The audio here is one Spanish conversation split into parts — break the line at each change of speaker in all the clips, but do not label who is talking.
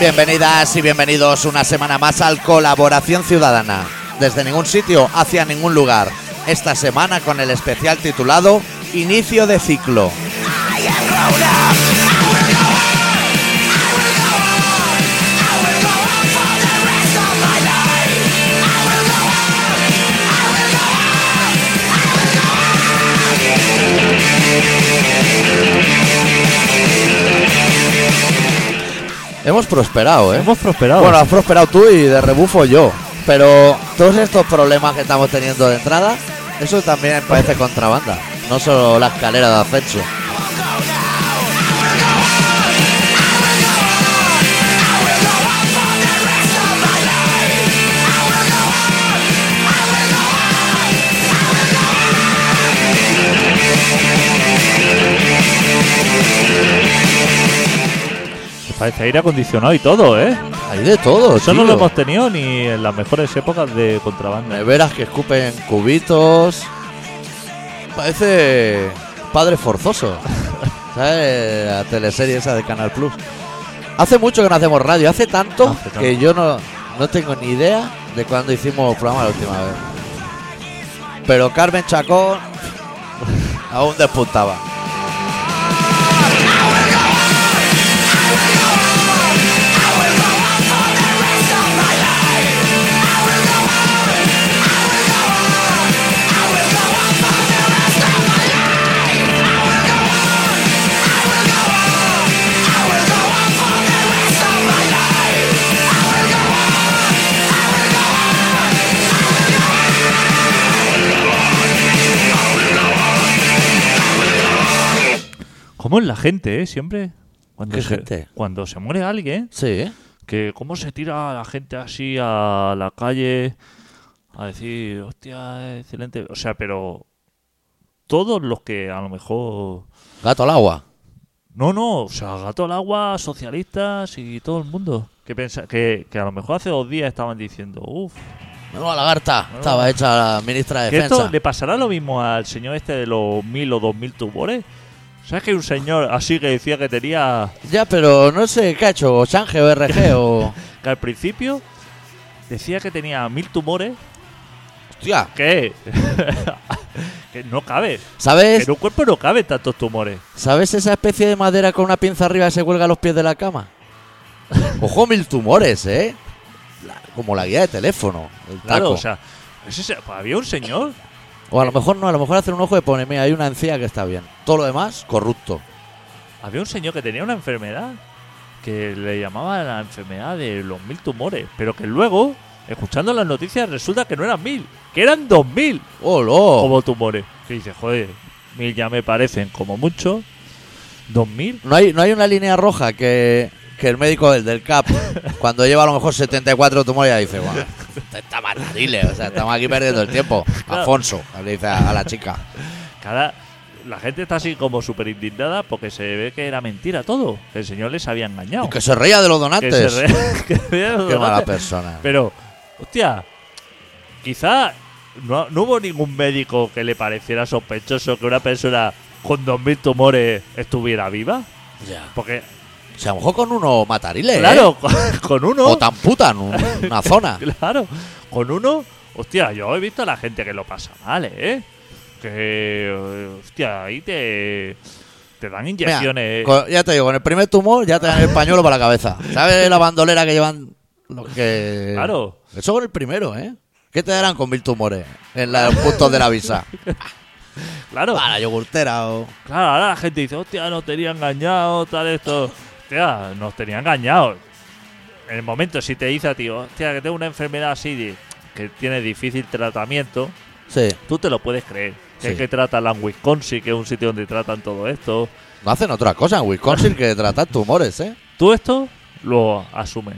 Bienvenidas y bienvenidos una semana más al Colaboración Ciudadana. Desde ningún sitio hacia ningún lugar. Esta semana con el especial titulado Inicio de ciclo. Hemos prosperado, ¿eh?
Hemos prosperado.
Bueno, has prosperado tú y de rebufo yo. Pero todos estos problemas que estamos teniendo de entrada, eso también parece contrabanda. No solo la escalera de ascenso.
Parece aire acondicionado y todo, ¿eh?
Hay de todo,
Eso no
tío.
lo hemos tenido ni en las mejores épocas de contrabanda.
Neveras que escupen cubitos. Parece padre forzoso. ¿Sabes? La teleserie esa de Canal Plus. Hace mucho que no hacemos radio, hace tanto,
Hace tanto.
que yo no, no tengo ni idea de cuándo hicimos el programa la última vez. Pero Carmen Chacón aún despuntaba.
¿Cómo es la gente, eh? Siempre. Cuando
¿Qué
se,
gente?
Cuando se muere alguien,
Sí,
que cómo se tira a la gente así a la calle a decir, hostia, excelente. O sea, pero todos los que a lo mejor...
gato al agua.
No, no, o sea, gato al agua, socialistas y todo el mundo. Que, pensa, que, que a lo mejor hace dos días estaban diciendo, uff,
Menuda lagarta, estaba hecha la ministra de
Que esto
defensa.
le pasará lo mismo al señor este de los mil o dos mil tubores. ¿Sabes que hay un señor así que decía que tenía.
Ya, pero no sé qué ha hecho, o Sánchez o RG o.
que al principio decía que tenía mil tumores?
Hostia,
¿Qué? que no cabe. Que
¿sabes?
en un cuerpo no caben tantos tumores.
¿Sabes esa especie de madera con una pinza arriba que se cuelga a los pies de la cama? Ojo, mil tumores, ¿eh? La- como la guía de teléfono. el
Claro,
taco.
o sea. ese se- pues había un señor.
O a lo mejor no, a lo mejor hacer un ojo y pone, mira, hay una encía que está bien. Todo lo demás, corrupto.
Había un señor que tenía una enfermedad. Que le llamaba la enfermedad de los mil tumores. Pero que luego, escuchando las noticias, resulta que no eran mil. Que eran dos mil.
¡Olo!
como tumores. Que dices, joder, mil ya me parecen como mucho. ¿Dos mil?
No hay, no hay una línea roja que, que el médico del, del CAP, cuando lleva a lo mejor 74 tumores, ya dice, bueno, esto está matadile, o sea, estamos aquí perdiendo el tiempo.
Claro.
Afonso, le dice a, a la chica.
Cada, la gente está así como súper indignada porque se ve que era mentira todo. Que el señor les había engañado.
Y que se reía de los
Que
donantes.
se re- que había dado
Qué mala
antes.
persona.
Pero, hostia, quizá no, no hubo ningún médico que le pareciera sospechoso que una persona con dos mil tumores estuviera viva.
Ya.
Porque,
O sea, a lo mejor con uno matarile, ¿eh?
claro, con, con uno...
O tan puta en un- una zona.
Claro, con uno, hostia, yo he visto a la gente que lo pasa mal, ¿eh? Que, eh, hostia, ahí te, te dan
Mira,
inyecciones.
con- ya te digo, con el primer tumor ya te dan el pañuelo para la cabeza. ¿Sabes la bandolera que llevan los que.
Claro.
Eso con el primero, ¿eh? ¿Qué te darán con mil tumores en la- los puntos de la visa?
claro,
Para la yogurtera o.
claro, ahora la gente dice, hostia, nos tenía engañado, tal, esto. Hostia, nos tenía engañado. En el momento, si te dice a ti, hostia, que tengo una enfermedad así, de- que tiene difícil tratamiento,
Sí.
tú te lo puedes creer. Que es
Sí.
que tratan en Wisconsin, que es un sitio donde tratan todo esto.
No hacen otra cosa en Wisconsin que tratar tumores, ¿eh?
Tú esto lo asumes.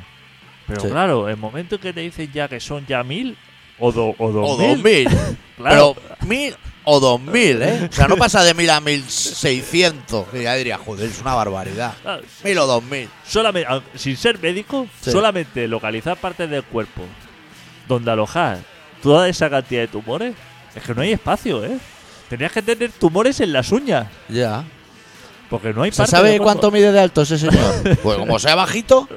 Pero
Sí.
claro, el momento que te dicen ya que son ya mil o, do- o dos
O
mil.
dos mil.
Claro.
Pero mil o dos mil, ¿eh? O sea, no pasa de mil a mil seiscientos. que Ya diría, joder, es una barbaridad.
Ah,
Mil o dos mil.
solamente, ah, sin ser médico,
Sí.
solamente localizar partes del cuerpo donde alojar toda esa cantidad de tumores. Es que no hay espacio, ¿eh? Tenías que tener tumores en las uñas.
Ya.
Porque no hay
¿Se
parte
sabe
del cuerpo.
cuánto mide de alto ese señor? pues como sea bajito.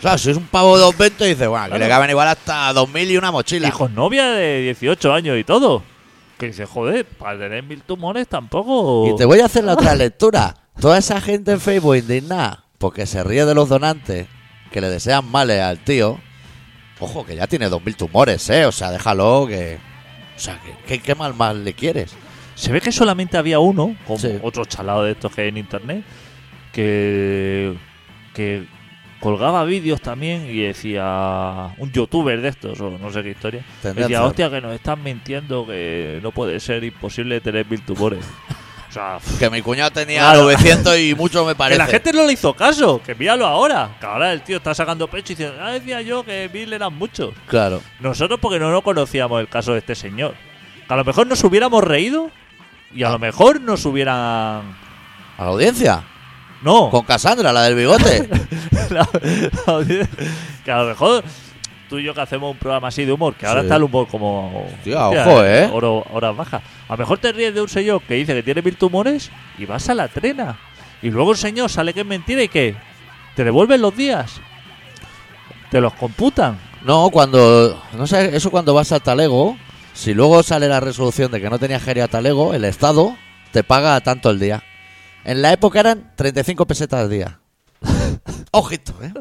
Claro, si es un pavo de 220, dice, bueno, que le
Claro.
caben igual hasta 2000 y una mochila.
Y con novia de 18 años y todo. Que dice, joder, para tener mil tumores tampoco.
Y te voy a hacer la otra lectura. Toda esa gente en Facebook indignada porque se ríe de los donantes que le desean males al tío. Ojo, que ya tiene 2000 tumores, ¿eh? O sea, déjalo que. O sea, que, que- ¿qué mal mal le quieres?
Se ve que solamente había uno, como
Sí.
otro chalado de estos que hay en internet, que, que colgaba vídeos también y decía un youtuber de estos, o no sé qué historia.
Tendencia.
Decía, hostia, que nos están mintiendo, que no puede ser imposible tener mil tumores. o sea,
Que mi cuñado tenía
Claro.
900 y mucho me
que
parece.
la gente no le hizo caso, que míralo ahora. Que ahora el tío está sacando pecho y dice, ah, decía yo que mil eran muchos.
Claro.
Nosotros porque no, no conocíamos el caso de este señor. Que a lo mejor nos hubiéramos reído y a lo mejor nos hubieran...
A la audiencia.
No,
Con Cassandra, la del bigote.
la- la audiencia- que a lo mejor tú y yo que hacemos un programa así de humor, que ahora
Sí.
está el humor como...
Hostia, ojo, ¿eh?
oro- horas bajas. A lo mejor te ríes de un señor que dice que tiene mil tumores y vas a la trena. Y luego el señor sale que es mentira y que te devuelven los días. Te los computan.
No, cuando. No sé, eso cuando vas a Talego. Si luego sale la resolución de que no tenía geria Talego, el Estado te paga tanto el día. En la época eran 35 pesetas al día. Ojito, ¿eh?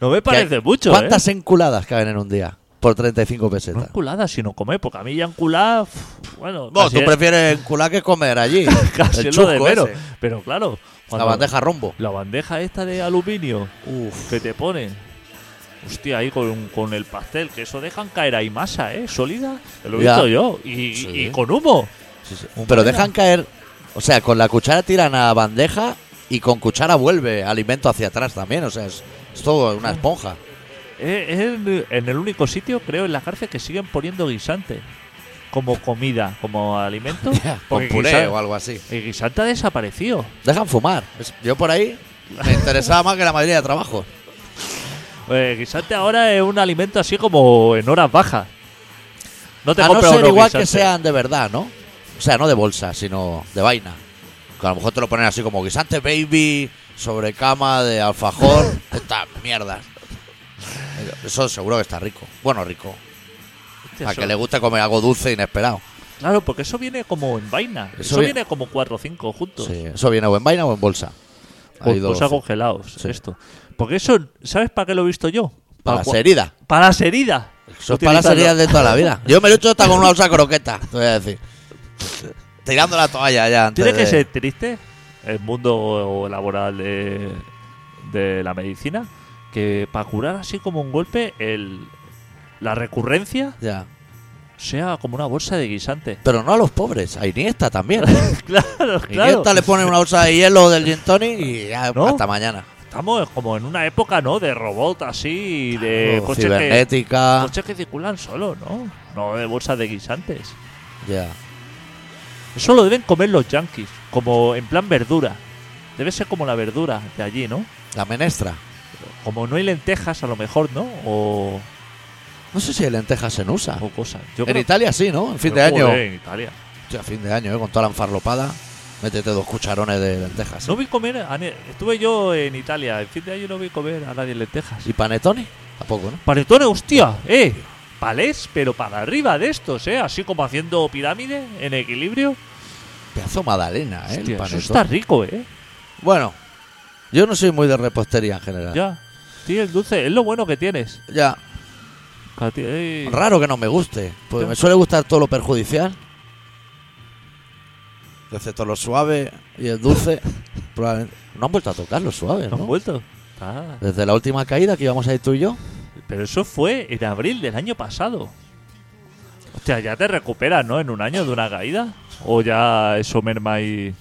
No me parece mucho, ¿eh?
¿Cuántas enculadas caben en un día? Por 35
No
pesetas.
enculada, sino comer, porque a mí ya enculada, uf, bueno,
Bueno,
casi
tú
es-
prefieres encular que comer allí.
casi
el
es lo de
chusco
menos.
ese.
Pero claro,
La
cuando-
bandeja rombo.
la bandeja esta de aluminio que te ponen, hostia, ahí con, con el pastel, que eso dejan caer ahí masa, ¿eh? Sólida, que lo he
Ya.
visto yo, y,
Sí.
y con humo.
Pero
Madera.
dejan caer. O sea, con la cuchara tiran a bandeja y con cuchara vuelve alimento hacia atrás también. O sea, es, es todo una esponja.
Eh, Es el- en el único sitio, creo, en la cárcel que siguen poniendo guisante como comida, como alimento.
con
porque
puré
guisan-
o algo así.
el guisante ha desaparecido.
Dejan fumar. Es- Yo por ahí me interesaba más que la mayoría de trabajos.
Eh, guisante ahora es un alimento así como en horas bajas. No te
A no
compras
ser
unos
igual que
guisantes.
sean de verdad, ¿no? O sea, no de bolsa, sino de vaina. Que a lo mejor te lo ponen así como guisante baby, sobre cama de alfajor, estas mierdas. Eso seguro que está rico. Bueno, rico.
Hostia,
A
eso-
que le guste comer algo dulce inesperado.
Claro, porque eso viene como en vaina. Eso,
Eso vi-
viene como cuatro o cinco juntos.
Sí, eso viene o en vaina o en bolsa.
O
Hay dos
cosa congelados,
Sí.
pues esto. Porque eso, ¿sabes para qué lo he visto yo?
para las
cua-
heridas.
para las heridas.
Eso es para las
Utilizarlo.
heridas de toda la vida. Yo me lo he hecho hasta con una bolsa croqueta, te voy a decir. Tirando la toalla ya antes
Tiene que
de-
ser triste el mundo laboral de, de la medicina que para curar así como un golpe el, la recurrencia
Ya.
sea como una bolsa de guisante.
Pero no a los pobres, a Iniesta también. A
claro, claro.
Iniesta le pone una bolsa de hielo del gin tonic y ya
¿No?
hasta mañana.
Estamos como en una época, ¿no? De robot así, y de
Oh,
coches Eh, que,
cibernética.
coches que circulan solo, ¿no? No de bolsas de guisantes.
Ya.
Eso lo deben comer los yankees, como en plan verdura. Debe ser como la verdura de allí, ¿no?
La menestra.
Como no hay lentejas, a lo mejor, ¿no? O,
No sé si hay lentejas se usa.
o cosas. Yo
Ah. En
creo-
Italia sí, ¿no? En fin de
Pero,
año.
joder, en Italia.
Hostia, fin de año, ¿eh? Con toda la enfarlopada. Métete dos cucharones de lentejas.
No vi comer. a ne- Estuve yo en Italia. En fin de año no vi comer a nadie lentejas.
¿Y panetones? Tampoco, ¿no?
Panetones, hostia, eh. Palés, pero para arriba de estos, eh. Así como haciendo pirámide en equilibrio.
Pedazo magdalena, ¿eh?
Hostia,
el
eso
panetón.
está rico, eh.
Bueno, yo no soy muy de repostería en general.
Ya. Sí, el dulce es lo bueno que tienes.
Ya.
Que a ti- eh,
Raro que no me guste, porque
Ya.
me suele gustar todo lo perjudicial. Excepto lo suave y el dulce. Probablemente. No han vuelto a tocar los suaves,
¿no han
¿no?
vuelto? Ah,
Desde la última caída que íbamos a ir tú y yo.
pero eso fue en abril del año pasado. Hostia, ya te recuperas, ¿no? En un año de una caída. O ya eso merma y.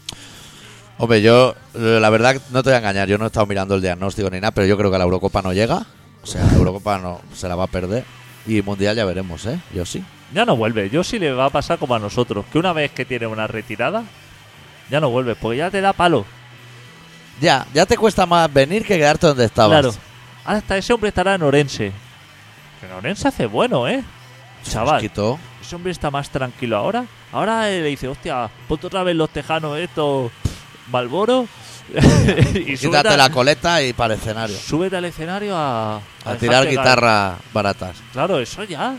Hombre, yo, eh, la verdad, no te voy a engañar, yo no he estado mirando el diagnóstico ni nada, pero yo creo que la Eurocopa no llega. O sea, la Eurocopa no se la va a perder. Y Mundial ya veremos, ¿eh? Yo sí.
Ya no vuelve. Yo sí le va a pasar como a nosotros, que una vez que tiene una retirada, ya no vuelves, porque ya te da palo.
Ya, ya te cuesta más venir que quedarte donde estabas.
Claro. Ahora hasta ese hombre estará en Orense. En Orense hace bueno, ¿eh? Chaval.
Mosquito,
ese hombre está más tranquilo ahora. Ahora eh, le dice, hostia, ponte otra vez los tejanos estos Malboro y súbete,
Quítate
a-
la coleta y para el escenario.
súbete al escenario a,
A
dejarte
tirar
caer".
guitarras baratas.
Claro, eso ya.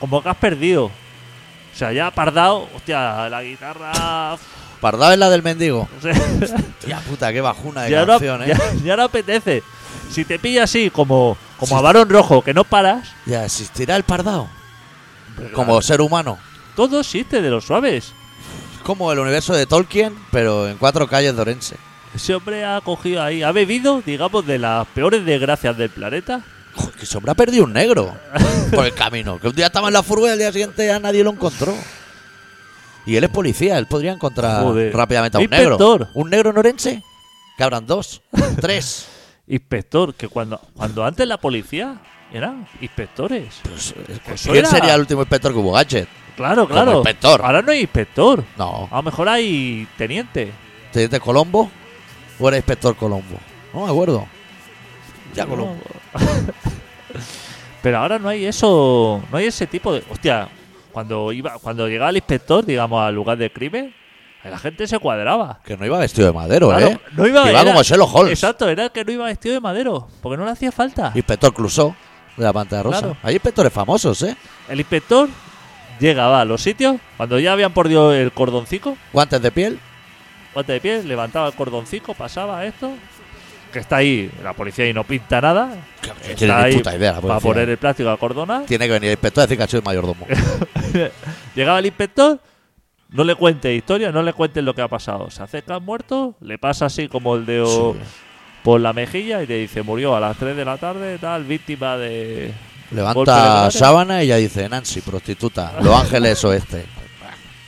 Como que has perdido. O sea, ya pardado, hostia, la guitarra.
Pardal es la del mendigo.
o sea,
Tía puta, qué bajuna de
ya, no,
canción, eh.
ya, ya no apetece. Si te pilla así, como, como
Sí.
a varón rojo, que no paras,
Ya existirá el pardao. Como ser humano.
todo existe de los suaves.
Como el universo de Tolkien, pero en cuatro calles de Orense.
Ese hombre ha cogido ahí, ha bebido, digamos, de las peores desgracias del planeta.
Joder, que se habrá perdido un negro por el camino. Que un día estaba en la furgo y al día siguiente ya nadie lo encontró. Y él es policía, él podría encontrar
Joder.
rápidamente a un
Inspector.
negro. ¿Un negro en Orense? Que habrán dos, tres.
Inspector, que cuando, cuando antes la policía eran inspectores.
Pues, eh,
Eso
¿Quién
era-
sería el último inspector que hubo? Gadget.
Claro, claro.
inspector.
Ahora no hay inspector.
No.
A lo mejor hay teniente.
¿Teniente Colombo? ¿O era inspector Colombo? No me acuerdo. Ya Colombo.
Pero ahora no hay eso, no hay ese tipo de. Hostia, cuando iba, cuando llegaba el inspector, digamos, al lugar del crimen, la gente se cuadraba.
Que no iba vestido de madero,
Claro,
¿eh?
no iba,
Iba
era-
como Sherlock Holmes.
Exacto, era el que no iba vestido de madero, porque no le hacía falta.
Inspector Clouseau, de la pantalla rosa.
Claro.
Hay inspectores famosos, ¿eh?
El inspector llegaba a los sitios, cuando ya habían perdido el cordoncico,
Guantes de piel.
guante de pie, levantaba el cordoncico, pasaba esto, que está ahí, la policía ahí no pinta nada,
Que
está
tiene ni
ahí
puta idea la
para
policía.
poner el plástico a cordonar.
Tiene que venir el inspector a decir que ha sido el mayordomo.
Llegaba el inspector, no le cuente historia, no le cuentes lo que ha pasado. Se acerca al muerto, le pasa así como el dedo
Sí.
por la mejilla y te dice, murió a las 3 de la tarde, tal, víctima de... Golpe de
Levanta
madera.
sábana y ella dice, Nancy, prostituta, Los Ángeles Oeste.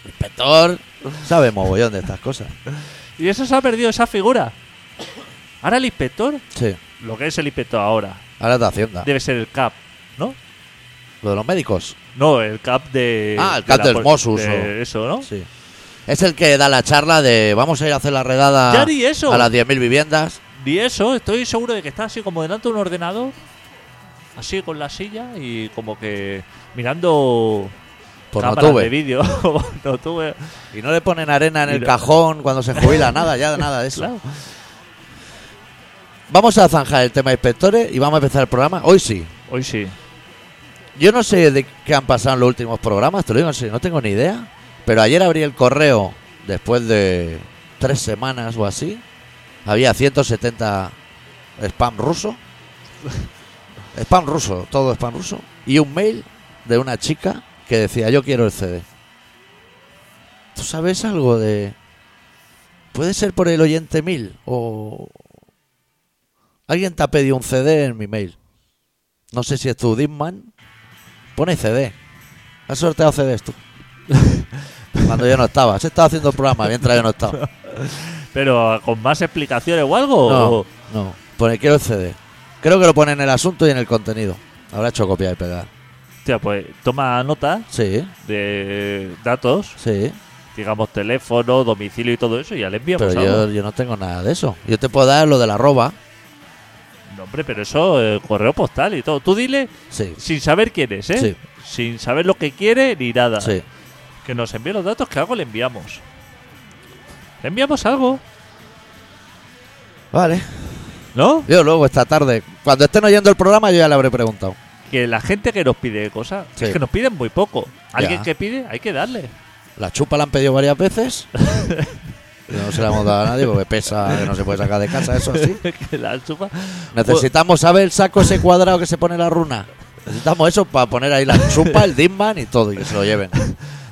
Inspector, sabe mogollón de estas cosas.
Y eso se ha perdido, esa figura. Ahora el inspector,
Sí,
lo que es el inspector ahora,
ahora es de Hacienda.
debe ser el CAP, ¿no?
Lo de los médicos.
No, el CAP de...
Ah, el
de
cap
la
del
pol-
Mossus,
de Eso, ¿no?
Sí. Es el que da la charla de vamos a ir a hacer la redada
Ya ni eso.
a las 10.000 viviendas.
Y eso, estoy seguro de que está así como delante de un ordenador, así con la silla y como que mirando
Por Pues no
cámaras de
tuve.
vídeo. pues no tuve.
Y no le ponen arena en el
Mira.
cajón cuando se jubila, nada, ya nada de eso.
Claro.
Vamos a zanjar el tema de inspectores y vamos a empezar el programa. Hoy sí.
Hoy sí.
Yo no sé de qué han pasado en los últimos programas, te lo digo en serio, no tengo ni idea. Pero ayer abrí el correo, después de tres semanas o así, había 170 spam ruso. Spam ruso, todo spam ruso. Y un mail de una chica que decía, yo quiero el CD. ¿Tú sabes algo de...? Puede ser por el oyente 1000 o... Alguien te ha pedido un CD en mi mail. No sé si es tu Disman Pone CD. Has sorteado CDs tú. Cuando yo no estaba. Se estaba haciendo el programa mientras yo no estaba.
Pero con más explicaciones o algo.
No,
o-
no. Pone quiero el CD. Creo que lo pone en el asunto y en el contenido. Habrá hecho copiar y pegar.
Hostia, pues toma nota
Sí,
de datos,
sí.
digamos teléfono, domicilio y todo eso, y ya le enviamos
Pero
algo.
yo, yo no tengo nada de eso. Yo te puedo dar lo de la arroba.
No, hombre, pero eso, eh, correo postal y todo. Tú dile
Sí,
sin saber quién es, ¿eh?
Sí.
Sin saber lo que quiere ni nada.
sí.
Que nos envíe los datos que algo le enviamos. Le enviamos algo,
Vale.
¿no?
Yo luego esta tarde, cuando estén oyendo el programa, yo ya le habré preguntado.
Que la gente que nos pide cosas,
Sí.
es que nos piden muy poco. Alguien
Ya.
que pide, hay que darle.
La chupa la han pedido varias veces. Y no se la hemos dado a nadie porque pesa, que no se puede sacar de casa, eso así.
Que la chupa. Pues,
Necesitamos, ¿sabes? El saco ese cuadrado que se pone la runa. Necesitamos eso para poner ahí la chupa, el Disman y todo, y que se lo lleven.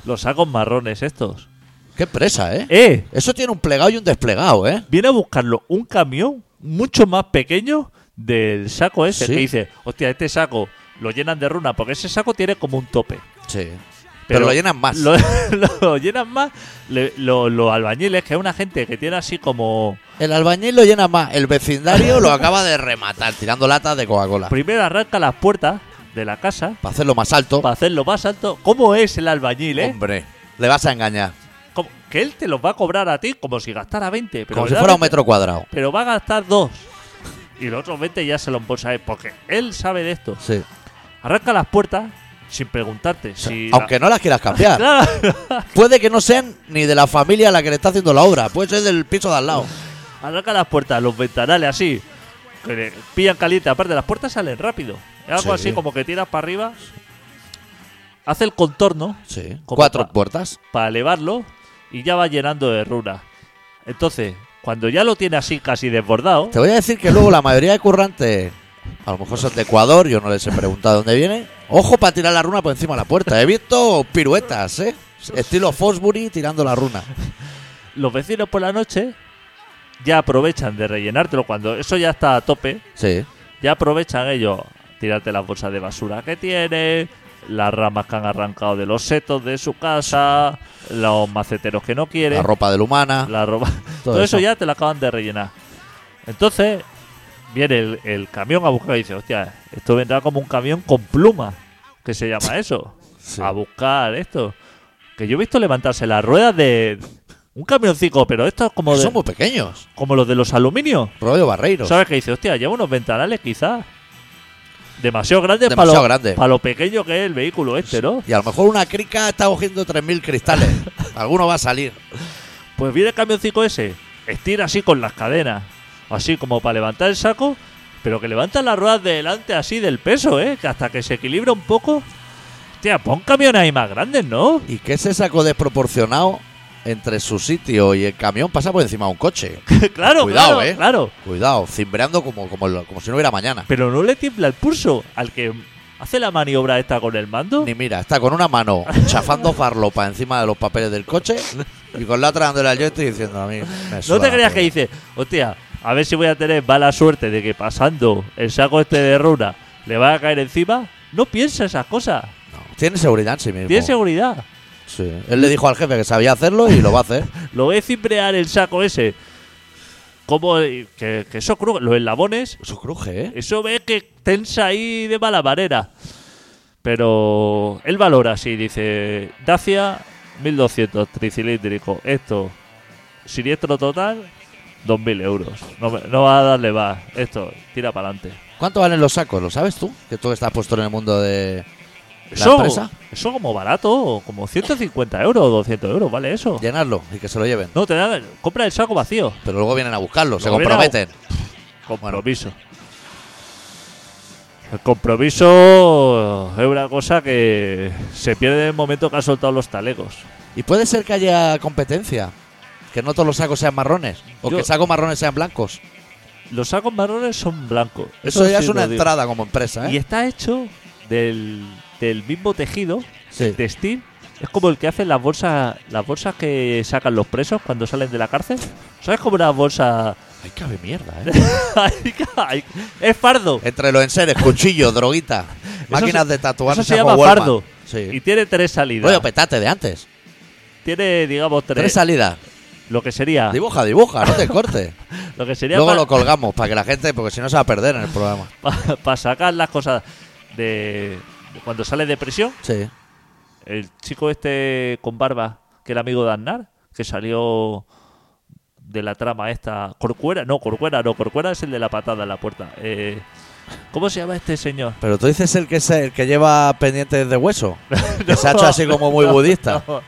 Los sacos marrones estos.
Qué presa, ¿eh?
¡Eh!
Eso tiene un plegado y un desplegado, ¿eh?
Viene a buscarlo un camión mucho más pequeño del saco ese.
Sí.
Que dice, hostia, este saco lo llenan de runa porque ese saco tiene como un tope.
Sí. Pero, lo llenan más.
Lo, lo llenan más le- lo- los albañiles, que es una gente que tiene así como
El albañil lo llena más. El vecindario lo acaba de rematar tirando latas de Coca-Cola.
Primero arranca las puertas de la casa
Para hacerlo más alto.
para hacerlo más alto. ¿Cómo es el albañil, eh?
Hombre, le vas a engañar.
Como- que él te los va a cobrar a ti como si gastara 20. Pero
como si fuera un
realmente-
metro cuadrado.
Pero va a gastar dos. Y los otros 20 ya se los embolsa él, porque él sabe de esto.
Sí.
Arranca las puertas sin preguntarte. Si
Aunque no las quieras cambiar.
Claro.
Puede que no sean ni de la familia a la que le está haciendo la obra. Puede ser del piso de al lado.
Arranca las puertas, los ventanales así. Que le pillan caliente. Aparte, las puertas salen rápido. Es algo
Sí.
así como que tiras para arriba. Hace el contorno
Sí.
Como
Cuatro
pa-
puertas.
para elevarlo y ya va llenando de runas. Entonces, cuando ya lo tiene así casi desbordado,
Te voy a decir que luego la mayoría de currantes, a lo mejor son de Ecuador, yo no les he preguntado dónde viene. Ojo para tirar la runa por encima de la puerta. He visto piruetas, ¿eh? Estilo Fosbury tirando la runa.
los vecinos por la noche ya aprovechan de rellenártelo. Cuando eso ya está a tope,
Sí.
ya aprovechan ellos tirarte las bolsas de basura que tienen, las ramas que han arrancado de los setos de su casa, los maceteros que no
La
quieren,
ropa del humana.
la ropa.
Todo
Todo, eso.
eso.
ya te lo acaban de rellenar. Entonces, viene el, el camión a buscar y dice, hostia, esto vendrá como un camión con pluma, que se llama eso,
Sí.
a buscar esto. Que yo he visto levantarse las ruedas de un camioncico, pero esto es como, de-
Son muy pequeños.
como los de los aluminios.
Rollo Barreiro.
¿Sabes qué dice? Hostia, lleva unos ventanales quizás demasiado grandes para
Demasiado
lo,
grandes.
pa' lo pequeño que es el vehículo este, ¿no?
Y a lo mejor una crica está cogiendo 3.000 cristales. Alguno va a salir.
Pues viene el camioncito ese, estira así con las cadenas, así como para levantar el saco, pero que levanta las ruedas de delante así del peso, ¿eh? Que hasta que se equilibra un poco. Hostia, pon camiones ahí más grandes, ¿no?
¿Y qué se sacó desproporcionado entre su sitio y el camión? Pasa por encima de un coche.
claro,
Cuidado,
claro,
¿eh?
claro.
Cuidado, cimbreando como, como, lo- como si no hubiera mañana.
Pero no le tiembla el pulso al que hace la maniobra esta con el mando.
Ni mira, está con una mano chafando farlopa encima de los papeles del coche y con la otra dándole al joystick diciendo a mí. me
No
suda
te creas
todo.
que dice, hostia, a ver si voy a tener mala suerte de que pasando el saco este de runa le va a caer encima. No piensa esas cosas.
No, tiene seguridad en sí mismo.
Tiene seguridad.
Sí. Él le dijo al jefe que sabía hacerlo y lo va a hacer.
Lo voy a cimbrear el saco ese. Como eh, que, que eso cruje, los eslabones,
Eso cruje, ¿eh?
eso ve que tensa ahí de mala manera. Pero él valora así, dice Dacia 1200 tricilíndrico, esto, siniestro total, 2000 euros. No, me- no va a darle más, esto, tira para adelante.
¿Cuánto valen los sacos? ¿Lo sabes tú? Que tú estás puesto en el mundo de. ¿La
Eso,
empresa?
eso como barato, como 150 euros o 200 euros, vale eso.
Llenarlo y que se lo lleven.
No, te dan, compra el saco vacío.
Pero luego vienen a buscarlo, se
vienen a
comprometen.
Compromiso. El compromiso es una cosa que se pierde en el momento que ha soltado los talegos.
Y puede ser que haya competencia. Que no todos los sacos sean marrones. O
Yo-
que sacos marrones sean blancos.
Los sacos marrones son blancos.
Eso, ya es
sí lo
una
digo.
entrada como empresa,
Y
¿eh?
está hecho del, del mismo tejido,
Sí.
textil. Es como el que hacen las bolsas, las bolsas que sacan los presos cuando salen de la cárcel. ¿Sabes como una bolsa?
Ay, cabe mierda, ¿eh?
Ay, es fardo.
Entre los enseres, cuchillos, droguita, máquinas de tatuar.
eso se llama fardo. Y
Sí.
tiene tres salidas.
Rollo petate de antes.
tiene, digamos, tres.
Tres salidas.
lo que sería.
Dibuja, dibuja, no te cortes.
Lo que sería
Luego
para
lo colgamos para que la gente, porque si no se va a perder en el programa.
sacar las cosas de, de cuando sale de prisión.
Sí.
El chico este con barba, que era amigo de Aznar, que salió de la trama esta. Corcuera, no, Corcuera, no, Corcuera es el de la patada en la puerta. Eh, ¿Cómo se llama este señor?
Pero tú dices el que es el que lleva pendientes de hueso. Que se ha hecho
No,
así como muy
no,
budista.
no.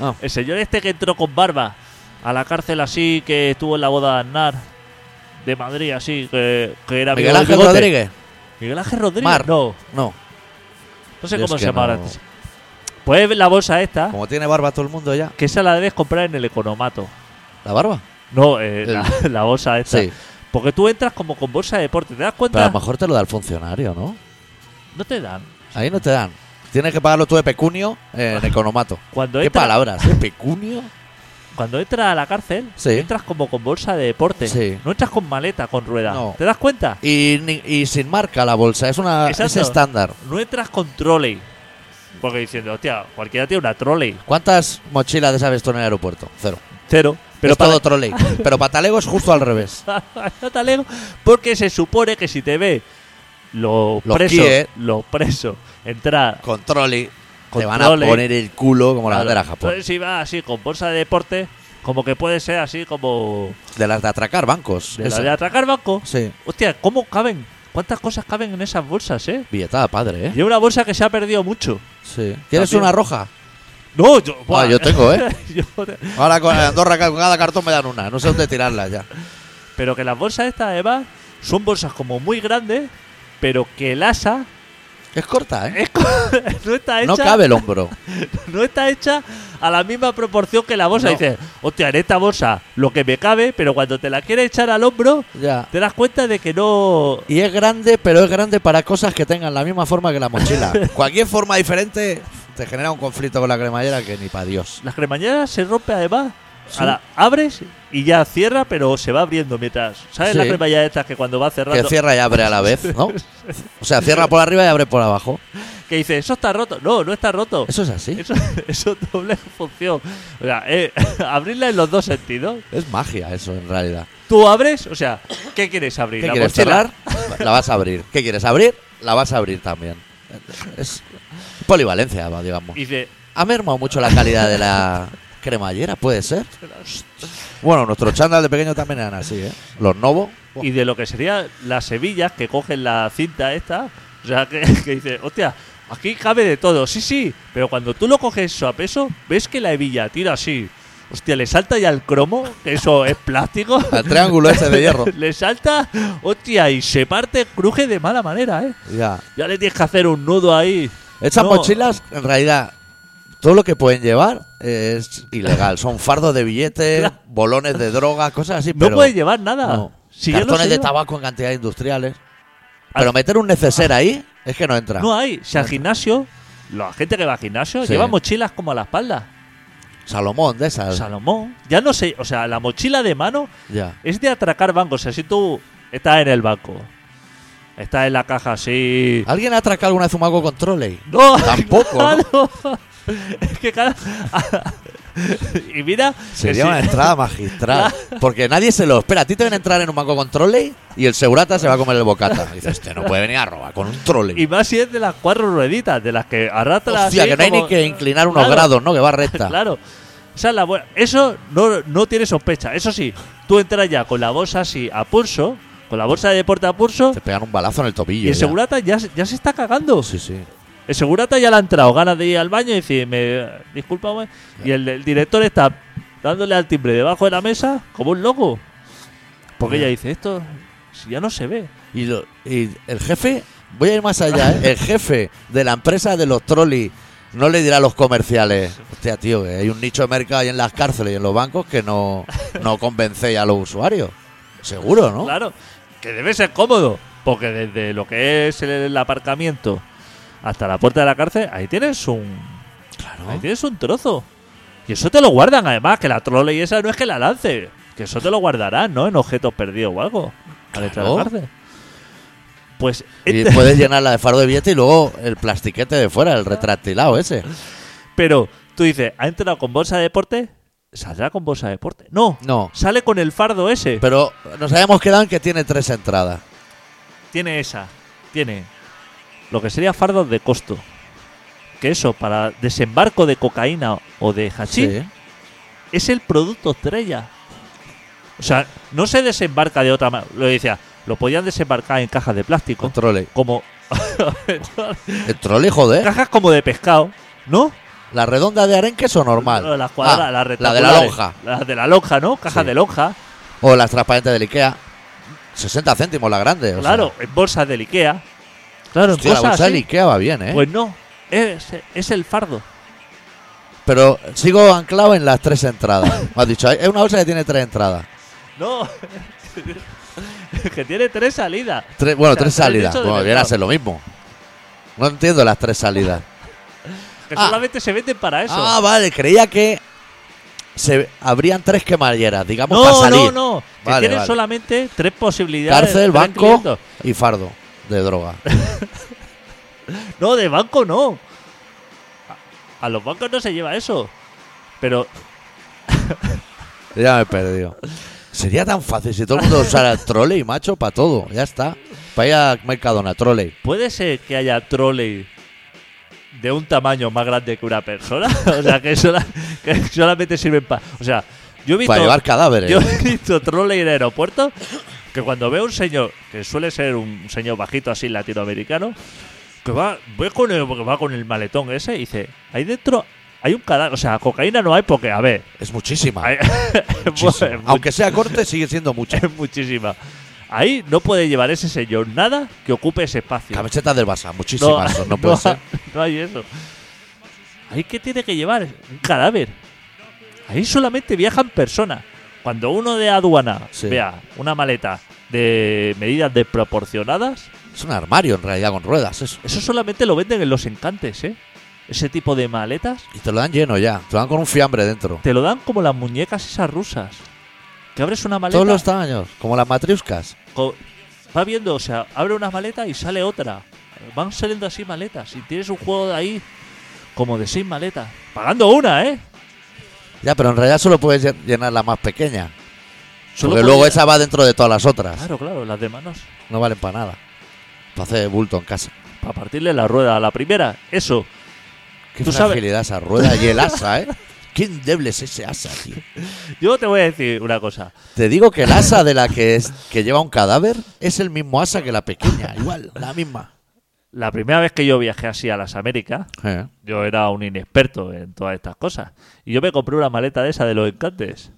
No.
El señor este que entró con barba a la cárcel así, que estuvo en la boda de Aznar, de Madrid así, que, que era amigo
Miguel
del
Ángel
bigote.
Rodríguez.
Miguel Ángel Rodríguez.
Mar.
No.
No.
No sé
Yo es
cómo
que
se llama
no-
ahora. Pues la bolsa esta,
Como tiene barba todo el mundo ya.
que esa la debes comprar en el Economato.
¿La barba?
No, eh,
El-
la, la bolsa esta.
Sí.
Porque tú entras como con bolsa de deporte. ¿Te das
Pero a
cuenta?
lo mejor te lo da el funcionario, ¿no?
No te dan.
Ahí no te dan. Tienes que pagarlo tú de pecunio en economato.
Cuando
¿Qué
entras,
palabras? ¿eh? ¿Pecunio?
cuando entras a la cárcel,
Sí.
entras como con bolsa de deporte.
Sí.
No entras con maleta, con rueda.
No.
¿Te das cuenta?
Y, ni- y sin marca la bolsa, es una es
Exacto.
estándar.
No entras con trolley. Porque diciendo, hostia, cualquiera tiene una trolley.
¿Cuántas mochilas de sabes tú en el aeropuerto? Cero.
Cero.
Pero
Pero
es todo trolley. Pero patalego es justo al revés.
no te alego, porque se supone que si te ve los,
Los
presos,
kie.
los presos, entrar
Con trolley
Con
te van a
trolley.
poner el culo como la
Claro.
bandera de Japón.
Entonces, si va así con bolsa de deporte, como que puede ser así como
De las de atracar bancos.
de, la
esa.
de atracar banco.
Sí.
Hostia, ¿cómo caben? ¿Cuántas cosas caben en esas bolsas, eh?
Billetada padre, ¿eh?
Y una bolsa que se ha perdido mucho.
Sí. ¿Quieres
También.
una roja?
No, yo.
Ah, yo tengo, ¿eh?
Yo te-
Ahora con eh, Andorra con cada cartón me dan una. No sé dónde tirarla ya.
Pero que las bolsas estas, además, son bolsas como muy grandes, pero que el asa
Es corta, ¿eh?
es co- no está hecha.
No cabe el hombro.
no está hecha a la misma proporción que la bolsa.
No.
Dices, hostia, en esta bolsa lo que me cabe, pero cuando te la quieres echar al hombro,
Ya.
te das cuenta de que no.
Y es grande, pero es grande para cosas que tengan la misma forma que la mochila. Cualquier forma diferente te genera un conflicto con la cremallera que ni para Dios.
Las cremalleras se rompe además.
Sí.
A la- abres y ya cierra, pero se va abriendo mientras. ¿Sabes
Sí.
las cremalleras estas que cuando va cerrando.
Que cierra y abre a la vez, ¿no? O sea, cierra por arriba y abre por abajo.
que dices, eso está roto. No, no está roto.
Eso es así.
Eso, eso doble función. O sea, eh, abrirla en los dos sentidos.
Es magia eso, en realidad.
Tú abres, o sea, ¿qué quieres abrir?
¿Qué
¿La
quieres
mochila?
cerrar? La vas a abrir. ¿Qué quieres abrir? La vas a abrir también. Es polivalencia, va, digamos.
Y dice,
Ha mermado mucho la calidad de la cremallera, puede ser. Bueno, nuestros chándal de pequeño también eran así, ¿eh? Los novos.
Y de lo que serían las semillas que cogen la cinta esta, o sea, que, que dices, hostia, aquí cabe de todo, sí, sí, pero cuando tú lo coges eso a peso, ves que la hebilla tira así. Hostia, le salta ya el cromo, que eso es plástico.
El triángulo ese de hierro.
le salta, hostia, y se parte, cruje de mala manera, ¿eh?
Ya.
Ya le tienes que hacer un nudo ahí.
Estas
No.
mochilas, en realidad, todo lo que pueden llevar es ilegal. Son fardos de billetes,
Claro.
bolones de droga, cosas así.
No
pero
puedes llevar nada.
no.
Si ya lo
Cartones
sé
de
yo.
tabaco en cantidades industriales.
Ah.
Pero meter un neceser ahí es que no entra.
No ah. hay. Si al gimnasio, la gente que va al gimnasio
Sí.
lleva mochilas como a la espalda.
Salomón de esas.
Salomón. Ya no sé, o sea, la mochila de mano
ya.
es de atracar bancos. O sea, si tú estás en el banco, estás en la caja así.
¿Alguien ha atracado alguna vez un mago con trolley?
¡No!
Ah, Tampoco,
claro. Es que cada. y mira. que
Sería
si-
una entrada magistral. Porque nadie se lo espera. A ti te ven a entrar en un banco con trolley y el segurata se va a comer el bocata. Y dices, este no puede venir a robar con un trolley.
Y más si es de las cuatro rueditas, de las que arrastras
Hostia,
así
que no hay
como-
ni que inclinar unos
Claro.
grados, ¿no? Que va recta.
Claro. Esa es la buena. Eso no, no tiene sospecha. Eso sí, tú entras ya con la bolsa así a pulso, con la bolsa de deporte a pulso,
Te pegan un balazo en el tobillo.
y el
ya.
segurata ya, se- ya se está cagando.
Sí, sí.
El segurata ya le ha entrado ganas de ir al baño y decir, me, disculpa, güey. Y el, el director está dándole al timbre debajo de la mesa como un loco. Porque
Ya.
ella dice, esto si ya no se ve.
Y, lo- y el jefe, voy a ir más allá, ¿eh? el jefe de la empresa de los trolis no le dirá a los comerciales, hostia, tío, que hay un nicho de mercado ahí en las cárceles y en los bancos que no, no convencéis a los usuarios. Seguro, ¿no?
Claro, que debe ser cómodo. Porque desde lo que es el, el aparcamiento hasta la puerta de la cárcel, ahí tienes un,
Claro.
ahí tienes un trozo. Y eso te lo guardan, además, que la y esa no es que la lance. Que eso te lo guardarán, ¿no? En objetos perdidos o algo. Al entrar a la
Claro.
cárcel. Pues
Y
este-
puedes llenarla de fardo de billete y luego el plastiquete de fuera, el retractilado ese.
Pero tú dices, ¿ha entrado con bolsa de deporte? ¿Saldrá con bolsa de deporte? No.
No.
Sale con el fardo ese.
Pero nos habíamos quedado en que tiene tres entradas.
Tiene esa. Tiene lo que sería fardos de costo. Que eso, para desembarco de cocaína o de hachís, es el producto estrella. O sea, no se desembarca de otra manera. Lo decía, lo podían desembarcar en cajas de plástico.
Con trolley.
Como.
El trolley, joder.
cajas como de pescado, ¿no?
La redonda de arenques o normal.
No, Las cuadradas,
Ah,
las
la de la
rectangulares.
lonja.
Las de la lonja, ¿no? Cajas
Sí.
de lonja.
O las transparentes del Ikea. 60 céntimos la grande. o
Claro,
sea.
en bolsas del Ikea. Claro,
Hostia,
en
la
bolsas
bolsa del
así.
Ikea va bien, ¿eh?
Pues no, es, es el fardo.
Pero sigo anclado en las tres entradas. Me has dicho, es una bolsa que tiene tres entradas.
No, que tiene tres salidas.
Tres, bueno,
O sea,
tres
tres
salidas.
nichos de
Bueno, viene a
mercado.
ser lo mismo. No entiendo las tres salidas.
Que
Ah.
solamente se venden para eso.
Ah, vale, creía que se abrían tres quemalleras, digamos, para
no,
salir.
no, no. Que
Vale,
tienen
vale.
solamente tres posibilidades.
Cárcel,
tres
banco
clientes.
y fardo de droga.
No, de banco no. A, a los bancos no se lleva eso. Pero
Ya me he perdido. Sería tan fácil si todo el mundo usara el trolley, macho, para todo. Ya está. Para ir a Mercadona, trolley.
puede ser que haya trolley de un tamaño más grande que una persona. o sea, que, sola- que solamente sirven para. O sea, yo he visto.
Este. Para llevar cadáveres.
Yo he visto trolley en aeropuertos que cuando veo un señor, que suele ser un señor bajito así latinoamericano, que va, ve con el, que va con el maletón ese y dice, ahí dentro hay un cadáver, o sea, cocaína no hay porque, a ver,
Es muchísima.
hay-
muchísima.
es mu-
Aunque sea corte, sigue siendo mucha.
es muchísima. Ahí no puede llevar ese señor nada que ocupe ese espacio.
Camisetas del Barça, muchísimas. No, puede
no,
ser.
no hay eso. Ahí que tiene que llevar un cadáver. Ahí solamente viajan personas. Cuando uno de aduana
Sí.
vea una maleta de medidas desproporcionadas,
Es un armario en realidad con ruedas, eso.
eso solamente lo venden en los encantes, ¿eh? Ese tipo de maletas
Y te lo dan lleno ya. Te lo dan con un fiambre dentro.
te lo dan como las muñecas esas rusas. Que abres una maleta,
Todos los tamaños, como las matriuscas.
co- va viendo, o sea, abre una maleta y sale otra. Van saliendo así maletas. Y tienes un juego de ahí como de seis maletas. Pagando una, ¿eh?
Ya, pero en realidad solo puedes llen- llenar la más pequeña.
Solo
porque
podía-
luego esa va dentro de todas las otras.
Claro, claro, las demás manos.
No valen para nada. Para hacer bulto en casa.
Para partirle la rueda a la primera, eso.
Qué
Tú sabes-
fragilidad esa rueda y el asa, ¿eh? Qué endeble es ese asa, tío.
Yo te voy a decir una cosa.
Te digo que el asa de la que, es- que lleva un cadáver es el mismo asa que la pequeña. Igual, la misma.
La primera vez que yo viajé así a las Américas,
Eh,
yo era un inexperto en todas estas cosas. Y yo me compré una maleta de esa de los encantes.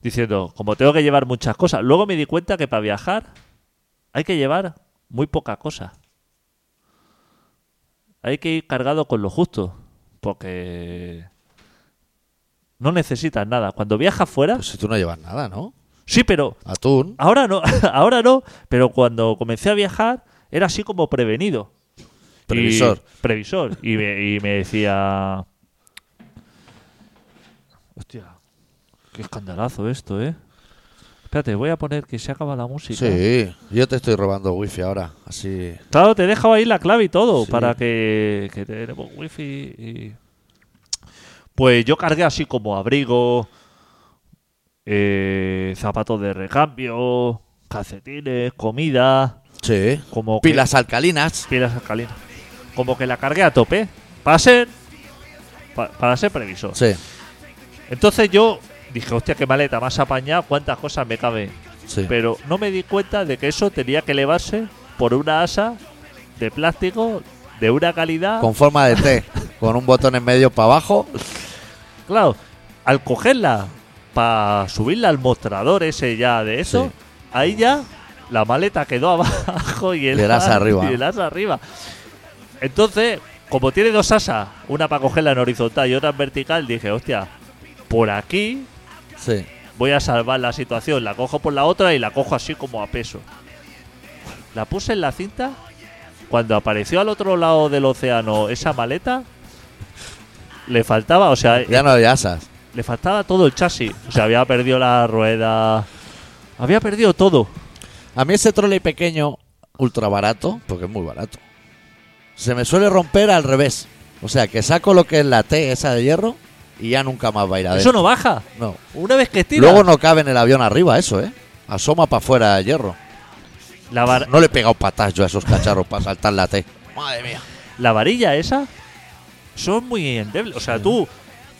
Diciendo, como tengo que llevar muchas cosas. Luego me di cuenta que para viajar hay que llevar muy poca cosa. Hay que ir cargado con lo justo. Porque no necesitas nada. Cuando viajas fuera.
Pues si tú no llevas nada, ¿no?
sí, pero
Atún.
Ahora no, ahora no, pero cuando comencé a viajar era así como prevenido.
Previsor.
Y, previsor. Y me, y me decía... Hostia, qué escandalazo esto, ¿eh? Espérate, voy a poner que se acaba la música.
Sí, yo te estoy robando wifi ahora. Así.
Claro, te he dejado ahí la clave y todo
Sí.
para que, que tenemos wifi y... Pues yo cargué así como abrigo, eh, zapatos de recambio, calcetines, comida,
Sí.
como que-
Pilas alcalinas.
pilas alcalinas. Como que la cargué a tope para ser pa- para ser previsor.
Sí,
Entonces yo dije, hostia, qué maleta, más apañada, cuántas cosas me caben.
sí.
Pero no me di cuenta de que eso tenía que elevarse por una asa de plástico de una calidad.
Con forma de T. Con un botón en medio para abajo.
Claro, al cogerla para subirla al mostrador ese ya de eso,
Sí.
ahí ya la maleta quedó abajo y el,
Y el asa arriba.
y el asa arriba. Entonces, como tiene dos asas, una para cogerla en horizontal y otra en vertical, dije, hostia, por aquí
Sí.
voy a salvar la situación. La cojo por la otra y la cojo así como a peso. La puse en la cinta. Cuando apareció al otro lado del océano esa maleta, le faltaba, o sea,
Ya no había asas.
le faltaba todo el chasis. O sea, había perdido la rueda. Había perdido todo.
A mí ese trolley pequeño, ultra barato, porque es muy barato, se me suele romper al revés. O sea, que saco lo que es la T, esa de hierro, y ya nunca más va a ir a
Eso no baja.
No.
Una vez que estira,
Luego no cabe en el avión arriba eso, ¿eh? Asoma para afuera el hierro.
la, var-
No le he pegado patas yo a esos cacharros para saltar la T. Madre mía.
la varilla esa son muy endebles. O sea,
Sí.
tú,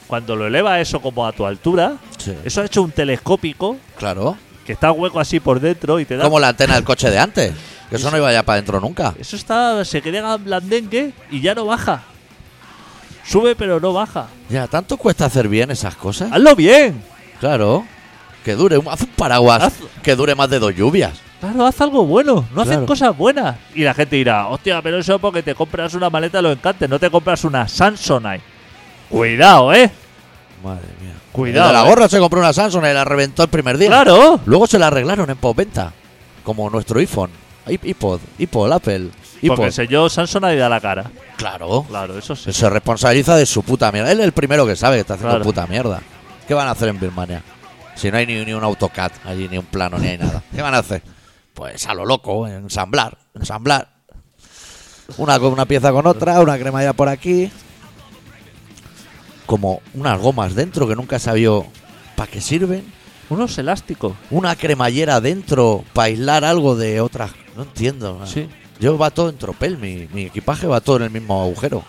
cuando lo elevas eso como a tu altura,
Sí.
eso ha hecho un telescópico
Claro.
que está hueco así por dentro y te da
Como la antena del coche de antes. Que eso no iba ya para adentro nunca.
Eso está, se queda blandengue y ya no baja. Sube pero no baja.
Ya, ¿tanto cuesta hacer bien esas cosas?
Hazlo bien.
Claro. Que dure. un- Haz un paraguas
Haz-
que dure más de dos lluvias.
Claro, haz algo bueno. No haces
Claro.
cosas buenas. Y la gente dirá, hostia, pero eso porque te compras una maleta de los encantes, no te compras una Samsonite. Cuidado, ¿eh?
Madre mía.
Cuidado,
El de la
eh.
gorra se compró una Samsung y la reventó el primer día.
Claro.
Luego se la arreglaron en postventa. Como nuestro iPhone. iP- iPod, iPod, Apple.
Porque
iPod.
el señor Samsonite da la cara.
Claro.
Claro, eso sí.
Se- Se responsabiliza de su puta mierda. Él es el primero que sabe que está haciendo
Claro.
puta mierda. ¿Qué van a hacer en Birmania? Si no hay ni, ni un AutoCAD allí, ni un plano, ni hay nada. ¿Qué van a hacer? Pues a lo loco, ensamblar, ensamblar. Una, con una pieza con otra, una cremallera por aquí. Como unas gomas dentro que nunca sabió para qué sirven.
Unos elásticos.
Una cremallera dentro para aislar algo de otras. No entiendo. man.
Sí.
Yo va todo en tropel, mi, mi equipaje va todo en el mismo agujero.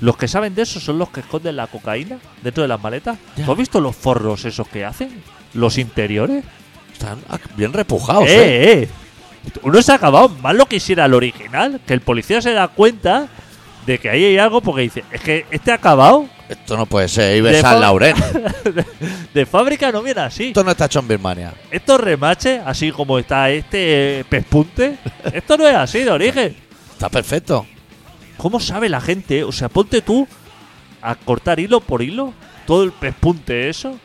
Los que saben de eso son los que esconden la cocaína dentro de las maletas.
Ya.
¿Tú has visto los forros esos que hacen? Los interiores.
Están ah, bien repujados, ¿eh?
eh, eh. Uno se ha acabado más lo que hiciera el original, que el policía se da cuenta de que ahí hay algo porque dice, es que este ha acabado
Esto no puede ser, ¿eh? Ives
De
San
fo-
Lauren.
de fábrica, no viene así.
Esto no está hecho en Birmania.
Estos remaches, así como está este eh, pespunte, esto no es así de origen.
Está perfecto.
¿Cómo sabe la gente? O sea, ponte tú a cortar hilo por hilo todo el pespunte eso.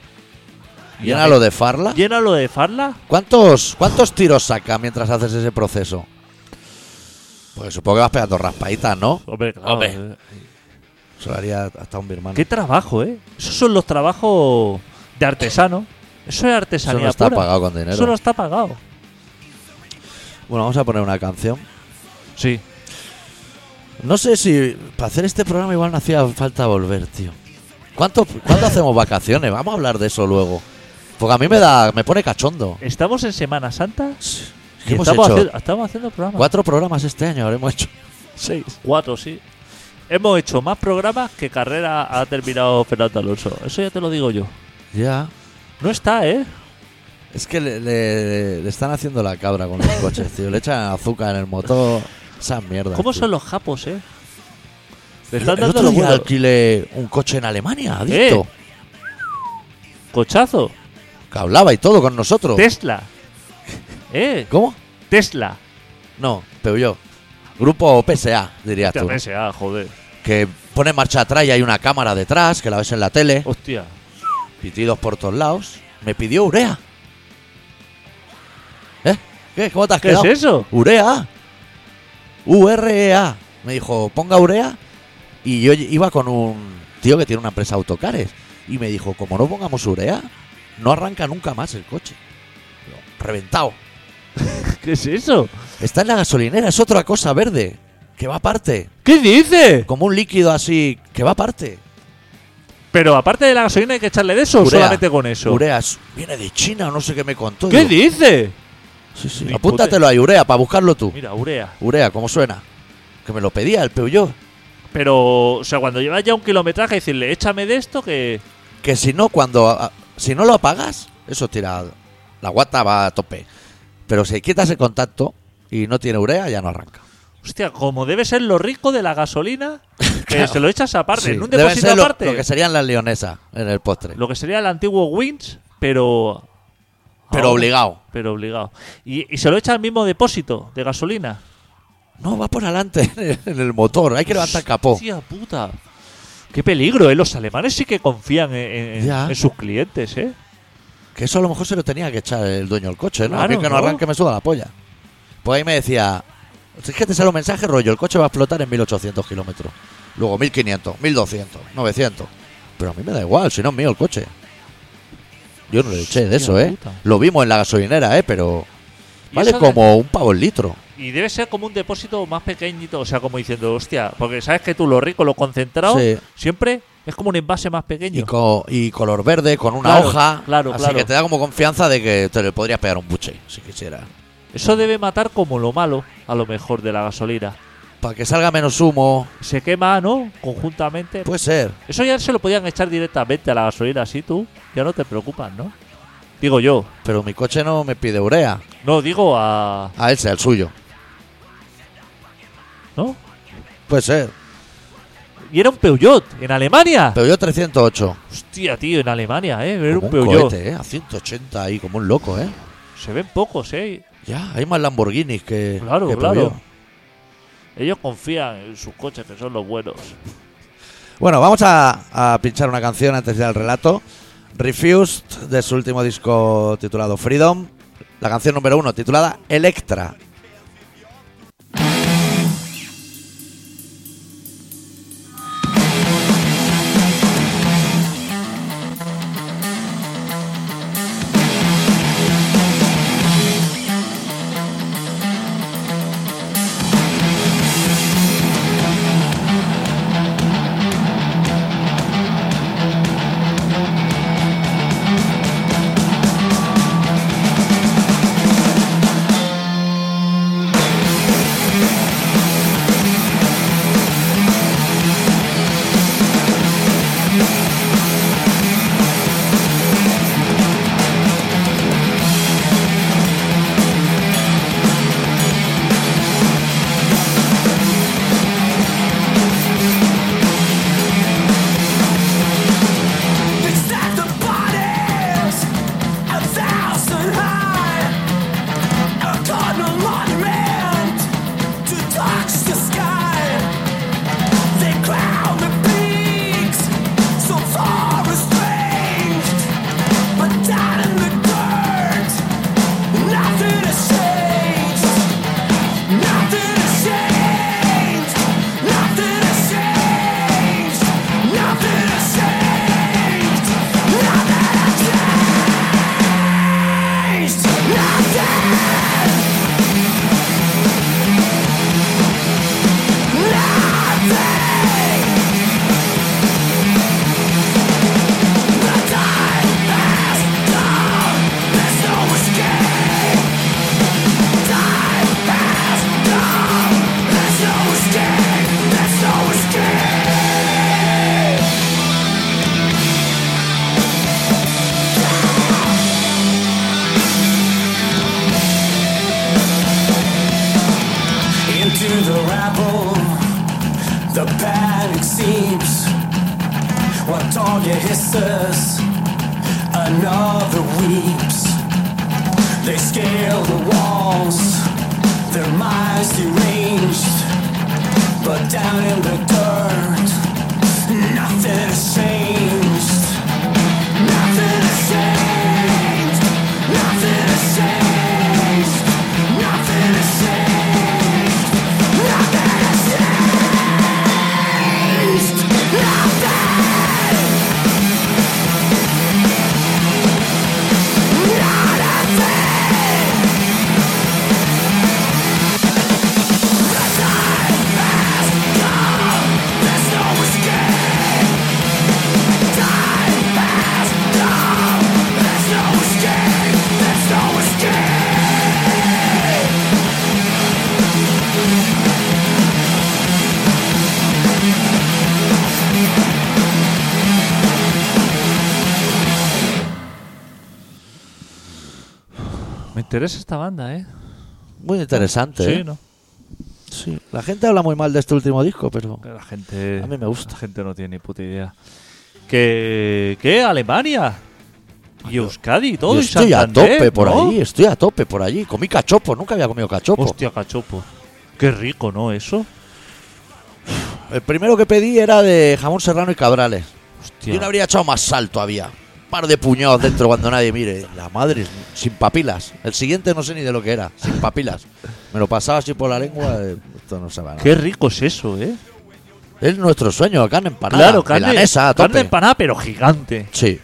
Llena lo de farla.
Llénalo de farla.
¿Cuántos, ¿Cuántos tiros saca mientras haces ese proceso? Pues supongo que vas pegando raspaditas, ¿no?
Hombre, claro,
Hombre.
eh,
Eso lo haría hasta un birmano.
Qué trabajo, ¿eh? Esos son los trabajos de artesano. Eso es
Eso
artesanía
no está
pura.
pagado con dinero.
Eso no está pagado.
Bueno, vamos a poner una canción.
Sí.
No sé si para hacer este programa igual no hacía falta volver, tío. ¿Cuánto, ¿Cuándo hacemos vacaciones? Vamos a hablar de eso luego. Porque a mí me da, me pone cachondo.
Estamos en Semana Santa. y
¿Qué hemos
estamos,
hecho?
haciendo, estamos haciendo programas.
Cuatro programas este año habremos hecho.
Seis. Cuatro, sí. Hemos hecho más programas que carrera ha terminado Fernando Alonso. Eso ya te lo digo yo.
Ya.
No está, ¿eh?
Es que le, le- le están haciendo la cabra con los coches, tío. Le echan azúcar en el motor. Esas mierdas.
¿Cómo
tío.
son los japos, eh? Le
El,
están
el
dando
otro
lo
día
bueno.
alquilé un coche en Alemania,
Eh.
adicto.
Cochazo.
Que hablaba y todo con nosotros.
Tesla. ¿Eh?
¿Cómo?
Tesla.
No, pero yo. Grupo PSA, dirías tú.
Hostia, PSA, ah, joder.
Que pone marcha atrás y hay una cámara detrás, que la ves en la tele.
Hostia.
Pitidos por todos lados. Me pidió urea. ¿Eh? ¿Qué? ¿Cómo te has
¿Qué
quedado?
es eso?
Urea. UREA. Me dijo, ponga urea. Y yo iba con un tío que tiene una empresa de autocares. Y me dijo, como no pongamos urea, no arranca nunca más el coche. Digo, Reventado.
¿Qué es eso?
Está en la gasolinera, es otra cosa verde. Que va aparte.
¿Qué dice?
Como un líquido así, que va aparte.
Pero aparte de la gasolina hay que echarle de eso o
Urea.
solamente con eso.
Urea es- viene de China, no sé qué me contó.
¿Qué
Digo,
dice?
sí, sí,
Ni
Apúntatelo ahí, urea, para buscarlo tú.
Mira, urea.
Urea, ¿cómo suena? Que me lo pedía el peullo.
Pero, o sea, cuando llevas ya un kilometraje, decirle, échame de esto que.
Que si no, cuando. a- Si no lo apagas, eso tira. La guata va a tope. Pero si quitas el contacto y no tiene urea, ya no arranca.
Hostia, como debe ser lo rico de la gasolina, que
Claro.
se lo echas aparte,
Sí,
en un
debe
depósito
ser lo,
aparte.
lo que serían las leonesas en el postre.
Lo que sería el antiguo Wins, pero.
pero
Ah,
obligado.
Pero obligado. Y, y se lo echa al mismo depósito de gasolina.
No, va por adelante en el, en el motor. Hay que levantar capó.
Hostia puta. Qué peligro, ¿eh? Los alemanes sí que confían en, en-
Ya.
en sus clientes, ¿eh?
Que eso a lo mejor se lo tenía que echar el dueño del coche, ¿no? A mí
Claro,
que no
¿no?
arranque me suda la polla. Pues ahí me decía, es que te sale un mensaje rollo, el coche va a explotar en 1800 kilómetros. Luego 1500, 1200, 900. Pero a mí me da igual, si no es mío el coche. Yo no le eché de
Hostia
eso, ¿eh?
puta.
Lo vimos en la gasolinera, ¿eh? Pero
Y
vale
eso de-
como un pavo el litro.
Y debe ser como un depósito más pequeñito, o sea, como diciendo, hostia, porque sabes que tú lo rico, lo concentrado,
Sí.
siempre es como un envase más
Y,
pequeño.
co- y color verde, con una
Claro,
hoja.
claro,
así
claro.
que te da como confianza de que te le podrías pegar un buche, si quisiera.
Eso debe matar como lo malo, a lo mejor, de la gasolina.
Para que salga menos humo.
Se quema, ¿no? Conjuntamente.
Puede ser.
Eso ya se lo podían echar directamente a la gasolina, así tú. Ya no te preocupas, ¿no? Digo yo.
Pero mi coche no me pide urea.
No, digo a.
A él sea el suyo.
¿No?
Puede ser.
Y era un Peugeot, en Alemania.
Pero yo 308.
Hostia, tío, en Alemania, ¿eh? Era
Como
un
un
Peugeot.
cohete, ¿eh? A 180 ahí, como un loco, ¿eh?
Se ven pocos, ¿eh?
Ya, hay más Lamborghinis que.
Claro,
que
claro.
Peugeot.
Ellos confían en sus coches, que son los buenos.
Bueno, vamos a, a pinchar una canción antes del relato. Refused, de su último disco titulado Freedom. La canción número uno, titulada Electra.
The panic seeps One target hisses Another weeps They scale the walls Their minds deranged But down in the dirt Nothing has changed Nothing has changed Nothing has changed Nothing has changed Nothing has changed
Me interesa esta banda, ¿eh?
Muy interesante.
Sí,
¿eh?
¿no?
Sí. La gente habla muy mal de este último disco, pero.
Que La gente.
A mí me gusta.
La gente no tiene ni puta idea. Que. ¿Qué? Alemania. Y Euskadi y todo.
Yo
y
estoy a
Santander,
tope por
¿eh?
eh,
¿no?
allí, estoy a tope por allí. Comí cachopo, nunca había comido cachopo.
Hostia, cachopo. Qué rico, ¿no? Eso.
El primero que pedí era de jamón serrano y cabrales.
Hostia.
Yo le habría echado más sal todavía. Un par de puñados dentro cuando nadie mire. La madre, sin papilas. El siguiente no sé ni de lo que era, sin papilas. Me lo pasaba así por la lengua. eh, Esto no se va a nada.
Qué rico es eso, ¿eh?
Es nuestro sueño, carne empanada.
claro, carne,
milanesa, a
carne
tope.
empanada, pero gigante.
Sí.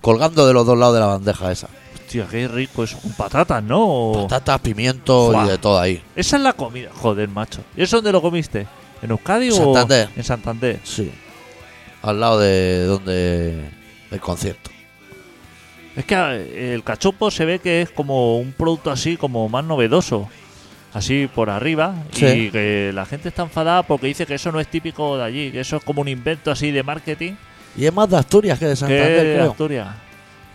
Colgando de los dos lados de la bandeja esa.
Hostia, qué rico eso. Con patatas, ¿no?
Patatas, pimiento
Buah.
y de todo ahí.
Esa es la comida. Joder, macho. ¿Y eso dónde lo comiste? ¿En Euskadi
Santander.
o en Santander?
Sí. Al lado de donde. el concierto.
Es que eh, el cachopo se ve que es como un producto así, como más novedoso. Así por arriba.
Sí.
Y que la gente está enfadada porque dice que eso no es típico de allí. Que eso es como un invento así de marketing.
Y es más de Asturias que de Santander,
que de
creo.
Asturias.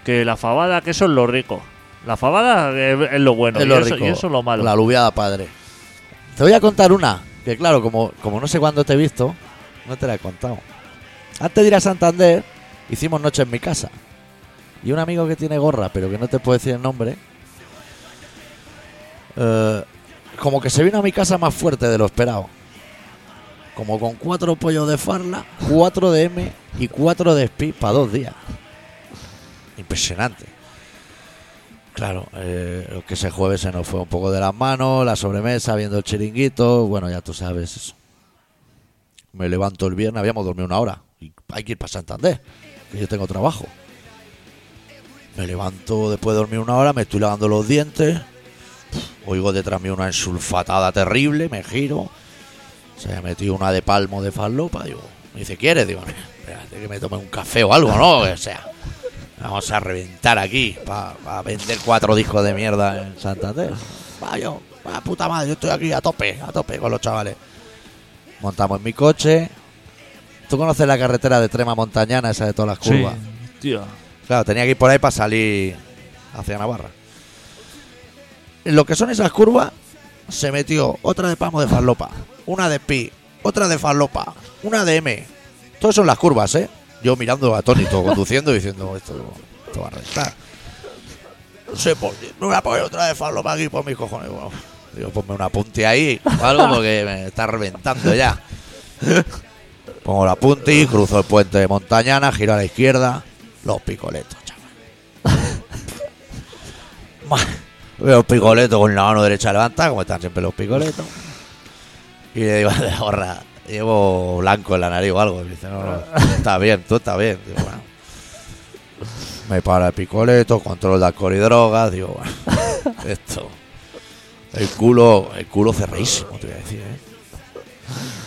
Que la fabada, que eso es lo rico. La fabada es, es lo bueno.
es
y,
lo
eso,
rico.
y eso es lo malo.
La aluviada padre. Te voy a contar una, que claro, como, como no sé cuándo te he visto, no te la he contado. Antes de ir a Santander, hicimos noche en mi casa. Y un amigo que tiene gorra, pero que no te puedo decir el nombre, eh, como que se vino a mi casa más fuerte de lo esperado. Como con cuatro pollos de farla, cuatro de M y cuatro de SPI para dos días. Impresionante. Claro, eh, lo que ese jueves se nos fue un poco de las manos, la sobremesa, viendo el chiringuito, bueno, ya tú sabes eso. Me levanto el viernes, habíamos dormido una hora, y hay que ir para Santander, que yo tengo trabajo. Me levanto después de dormir una hora, me estoy lavando los dientes, oigo detrás mío una ensulfatada terrible, me giro, se me metido una de palmo de falopa, digo, me dice, ¿quieres? Digo, espérate que me tome un café o algo, ¿no? O sea... Vamos a reventar aquí para vender cuatro discos de mierda en Santander. Va yo, va puta madre, yo estoy aquí a tope, a tope con los chavales. Montamos en mi coche. ¿Tú conoces la carretera de Trema Montañana, esa de todas las
Sí,
curvas?
hostia.
Claro, tenía que ir por ahí para salir hacia Navarra. En lo que son esas curvas, se metió otra de palmo de farlopa, una de pi, otra de farlopa, una de m. Todas son las curvas, ¿eh? Yo mirando atónito, conduciendo, diciendo, esto, esto va a restar. No sé por qué, no voy a poner otra de farlopa aquí por mis cojones. Bueno, digo, ponme una punte ahí o algo porque me está reventando ya. Pongo la punti, cruzo el puente de Montañana, giro a la izquierda. Los picoletos, chaval. Ma- Veo los picoletos con la mano derecha levantada, como están siempre los picoletos. Y le digo a la gorra, llevo blanco en la nariz o algo. Y me dice, no, no, tú estás bien, tú estás bien. Digo, bueno. Me para el picoleto, control de alcohol y drogas. Digo, bueno, esto. El culo, el culo cerradísimo, te voy a decir, ¿eh?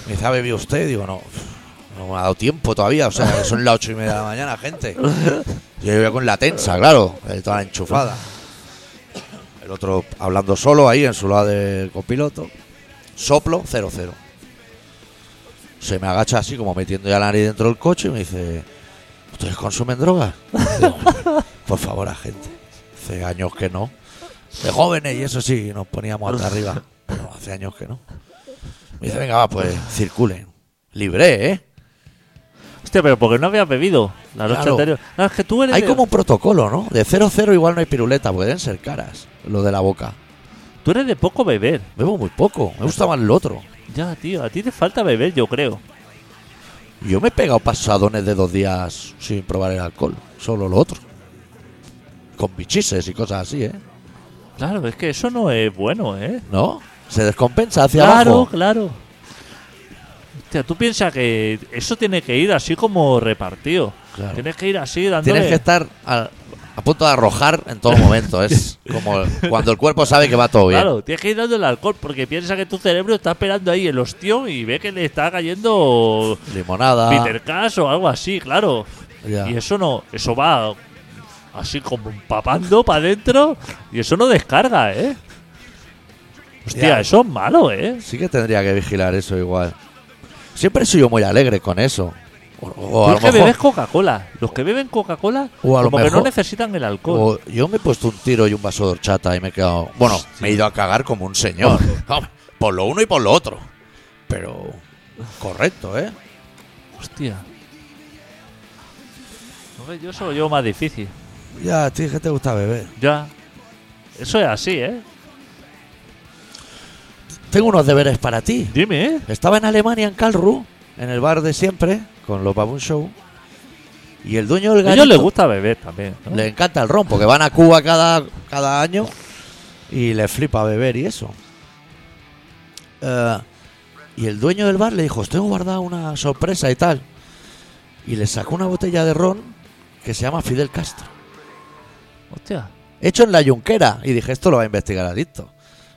Me dice, ¿ha bebido usted? Digo, no. No me ha dado tiempo todavía. O sea, son las ocho y media de la mañana, gente. Yo iba con la tensa, claro. eh, Toda la enchufada. El otro hablando solo ahí en su lado del copiloto. Soplo, cero, cero. Se me agacha así, como metiendo ya la nariz dentro del coche y me dice, ¿ustedes consumen drogas? Digo, Por favor, agente. Hace años que no. De jóvenes y eso sí, nos poníamos hasta arriba. Pero hace años que no. Me dice, venga, va, pues circulen. Libre, ¿eh?
Hostia, pero porque no habías bebido la noche
Claro.
anterior. No, es que tú eres.
Hay
de-
como un protocolo, ¿no? De 0-0 igual no hay piruleta, pueden ser caras. Lo de la boca.
Tú eres de poco beber.
Bebo muy poco, me gusta más lo otro.
Ya, tío, a ti te falta beber, yo creo.
Yo me he pegado pasadones de dos días sin probar el alcohol, solo lo otro. Con bichises y cosas así, ¿eh?
Claro, es que eso no es bueno, ¿eh?
¿No? Se descompensa hacia
claro,
abajo.
claro. Hostia, tú piensas que eso tiene que ir así como repartido.
Claro.
Tienes que ir así dándole.
Tienes que estar a, a punto de arrojar en todo momento. Es como cuando el cuerpo sabe que va todo bien.
Claro, tienes que ir dando el alcohol porque piensa que tu cerebro está esperando ahí el ostión y ve que le está cayendo
Limonada.
Peter Cash o algo así, claro.
Ah. ya.
Y eso no, eso va así como empapando para adentro y eso no descarga, ¿eh? Hostia,
Ya.
eso es malo, ¿eh?
Sí que tendría que vigilar eso igual. Siempre soy yo muy alegre con eso. O, o a
Tú
lo
es que bebes
mejor,
Coca-Cola. Los que beben Coca-Cola
O a lo
como que no
mejor-
necesitan el alcohol.
o yo me he puesto un tiro y un vaso de horchata y me he quedado. Bueno, me he ido a cagar como un señor.
Ah.
Hombre, por lo uno y por lo otro. Pero. Correcto, ¿eh?
Hostia. Hombre, yo eso lo llevo más difícil.
Ya, a ti que te gusta beber.
Ya. Eso es así, ¿eh?
Tengo unos deberes para ti.
Dime, ¿eh?
Estaba en Alemania, en Karlsruhe, en el bar de siempre, con los Baboon Show. Y el dueño del
A
garito.
ellos les gusta beber también. ¿no?
Le encanta el ron, porque van a Cuba cada, cada año y le flipa beber y eso. Eh, y el dueño del bar le dijo, os tengo guardada una sorpresa y tal. Y le sacó una botella de ron que se llama Fidel Castro.
Hostia.
Hecho en la yunquera. Y dije, esto lo va a investigar adicto.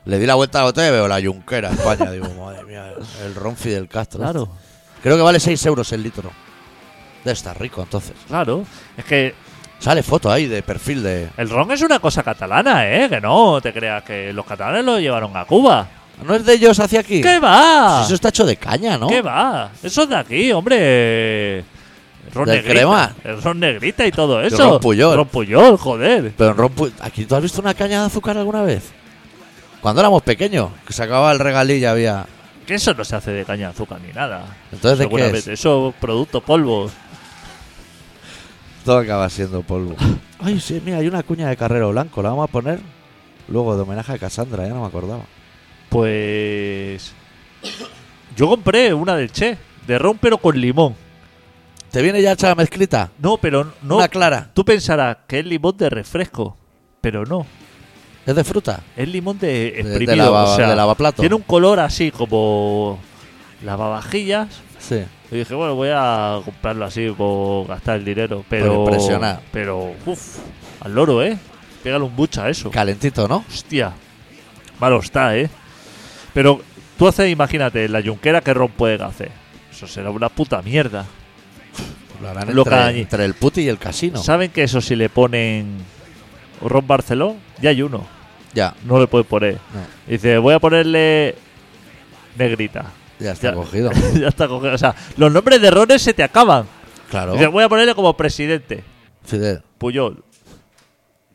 Le di la vuelta a la botella y veo la yunquera España. Digo, madre mía, el ron Fidel Castro.
Claro.
Creo que vale 6 euros el litro. Debe estar rico entonces.
Claro, es que
Sale foto ahí de perfil de...
el ron es una cosa catalana, ¿eh? Que no te creas que los catalanes lo llevaron a Cuba.
¿No es de ellos hacia aquí?
¿Qué va?
Pues Eso está hecho de caña, ¿no?
¿Qué va? Eso es de aquí, hombre. Ron
Del
negrita.
crema.
El ron negrita y todo eso.
ron Puyol.
Ron Puyol, joder.
Pero en Ron Pu- ¿Aquí tú has visto una caña de azúcar alguna vez? Cuando éramos pequeños, que se acababa el regalí y había...
Que eso no se hace de caña de azúcar ni nada.
Entonces, ¿de qué
Seguramente.
es?
Eso, producto polvo.
Todo acaba siendo polvo. Ay, sí, mira, hay una cuña de Carrero Blanco. La vamos a poner luego de homenaje a Cassandra. Ya no me acordaba.
Pues. Yo compré una del Che, de ron pero con limón.
¿Te viene ya hecha la mezclita?
No, pero no.
Una clara.
Tú pensarás que es limón de refresco, pero no.
¿Es de fruta?
Es limón de
de
exprimido,
lava-
o sea,
de lavaplato.
Tiene un color así como lavavajillas.
Sí.
Y dije, bueno, voy a comprarlo así por gastar el dinero. Pero.
impresionar.
Pero, uff, al loro, ¿eh? Pégale un bucha a eso.
Calentito, ¿no?
Hostia. Malo está, ¿eh? Pero tú haces, imagínate, la yunquera que ron puede hacer. Eso será una puta mierda.
Lo harán
Lo
entre,
cañi.
entre el puti y el casino.
¿Saben que eso si le ponen ron Barceló? Ya hay uno.
Ya,
No le puedes poner.
No.
Dice, voy a ponerle negrita.
ya está
Ya.
cogido.
ya está cogido. O sea, los nombres de errores se te acaban.
Claro.
Dice, voy a ponerle como presidente.
Fidel.
Puyol.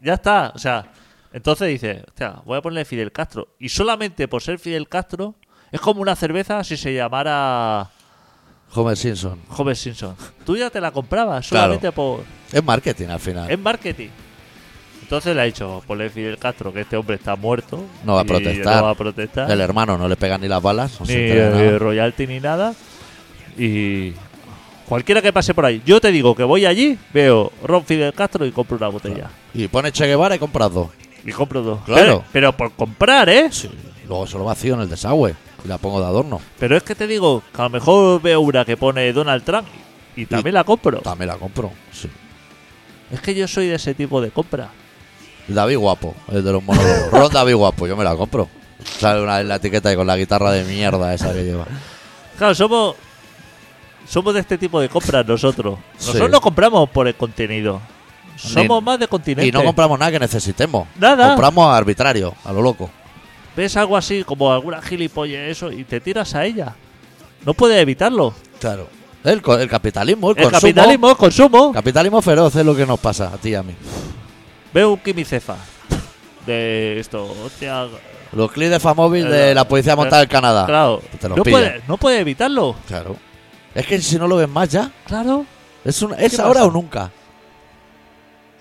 Ya está. O sea, entonces dice, hostia, voy a ponerle Fidel Castro. Y solamente por ser Fidel Castro, es como una cerveza si se llamara
Homer Simpson.
Homer Simpson. Tú ya te la comprabas
Claro. Ah.
solamente por.
Es marketing al final.
En marketing. Entonces le ha dicho, ponle Fidel Castro, que este hombre está muerto.
No va a
y
protestar.
No va a protestar.
El hermano no le pega ni las balas. No
ni
se entera de nada.
eh, royalty ni nada. Y cualquiera que pase por ahí, yo te digo que voy allí, veo Ron Fidel Castro y compro una botella.
Y pone Che Guevara y compras dos.
Y compro dos.
Claro.
Pero, pero por comprar, ¿eh?
Luego se lo vacío en el desagüe y la pongo de adorno.
Pero es que te digo que a lo mejor veo una que pone Donald Trump y también la compro.
También la compro. sí.
Es que yo soy de ese tipo de compra.
David Guapo, el de los monólogos. Ron David Guapo, yo me la compro. Sale una en la etiqueta y con la guitarra de mierda esa que lleva.
Claro, somos. Somos de este tipo de compras nosotros. Nosotros
Sí.
no compramos por el contenido. Somos más de continente.
Y no compramos nada que necesitemos.
Nada.
Compramos arbitrario, a lo loco.
ves algo así como alguna gilipolle eso y te tiras a ella. No puedes evitarlo.
Claro. El, co- el capitalismo, el,
El
consumo.
capitalismo, el consumo.
Capitalismo feroz es lo que nos pasa a ti y a mí.
Veo un quimicefa de esto. Hostia,
Los clips de Famóvil
Eh,
de la policía montada del Canadá.
claro.
Te los
No
pillan.
puedes no puede evitarlo.
Claro. Es que si no lo ves más ya,
Claro.
es, un- es
¿Qué
ahora
pasa?
o nunca.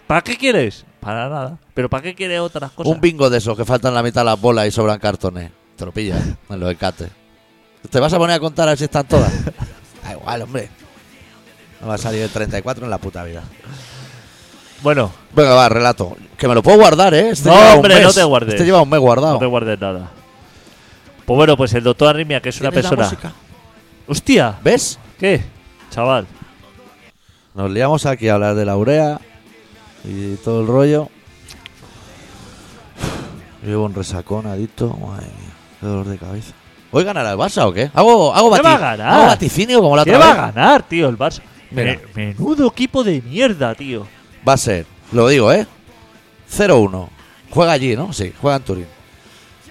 ¿Para qué quieres? Para nada. ¿Pero para qué quieres otras cosas?
Un bingo de esos que faltan la mitad las bolas y sobran cartones. Te lo pillas en los encates. ¿Te vas a poner a contar a ver si están todas? da igual, hombre. No va a salir el 34 en la puta vida.
bueno,
Venga, va, relato. Que me lo puedo guardar, ¿eh? Este
No,
lleva un
hombre, no
mes.
te guardes.
Este lleva un mes guardado.
no te guardes nada. Pues bueno, pues el doctor Arrimia, que es una
¿Tienes la
persona.
música?
¡Hostia!
¿Ves?
¿Qué? Chaval.
Nos liamos aquí a hablar de la urea y todo el rollo. Llevo un resacón adicto. Madre mía, qué dolor de cabeza. ¿Hoy ganará el Barça o qué? ¿Hago, hago,
¿Qué
vati-
va a ganar?
hago vaticinio como la
¿Qué
otra
va a
vez?
ganar, tío, el Barça?
Mira.
Me- menudo equipo de mierda, tío.
Va a ser, lo digo, ¿eh? 0-1. Juega allí, ¿no? Sí, juega en Turín.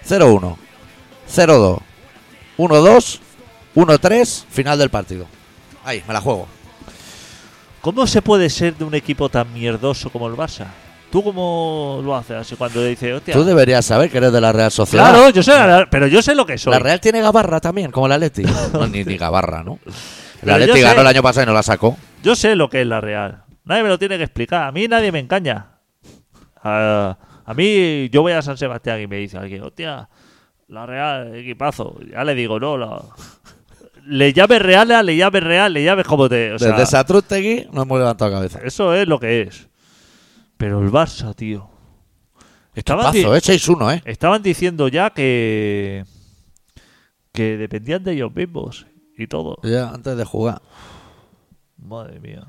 0-1. 0-2. 1-2. 1-3. Final del partido. Ahí, me la juego.
¿Cómo se puede ser de un equipo tan mierdoso como el Barça? ¿Tú cómo lo haces? Así cuando le dices, hostia.
Tú deberías saber que eres de la Real Sociedad.
claro, yo sé, la- pero yo sé lo que soy.
La Real tiene Gabarra también, como la Atleti. No, ni, ni Gabarra, ¿no?
Pero
La Atleti
yo sé-
ganó el año pasado y no la sacó.
Yo sé lo que es la Real. Nadie me lo tiene que explicar. A mí nadie me engaña. A, a mí, yo voy a San Sebastián y me dice alguien, hostia, la Real, equipazo. Ya le digo, no, la... le llames Real, le llames Real, le llames como te. o sea,
Desde Satrústegui no hemos levantado cabeza.
eso es lo que es. Pero el Barça, tío. Estaban, di-
Pazo, ¿eh? 6-1, ¿eh?
estaban diciendo ya que. que dependían de ellos mismos y todo.
Ya, antes de jugar.
Madre mía.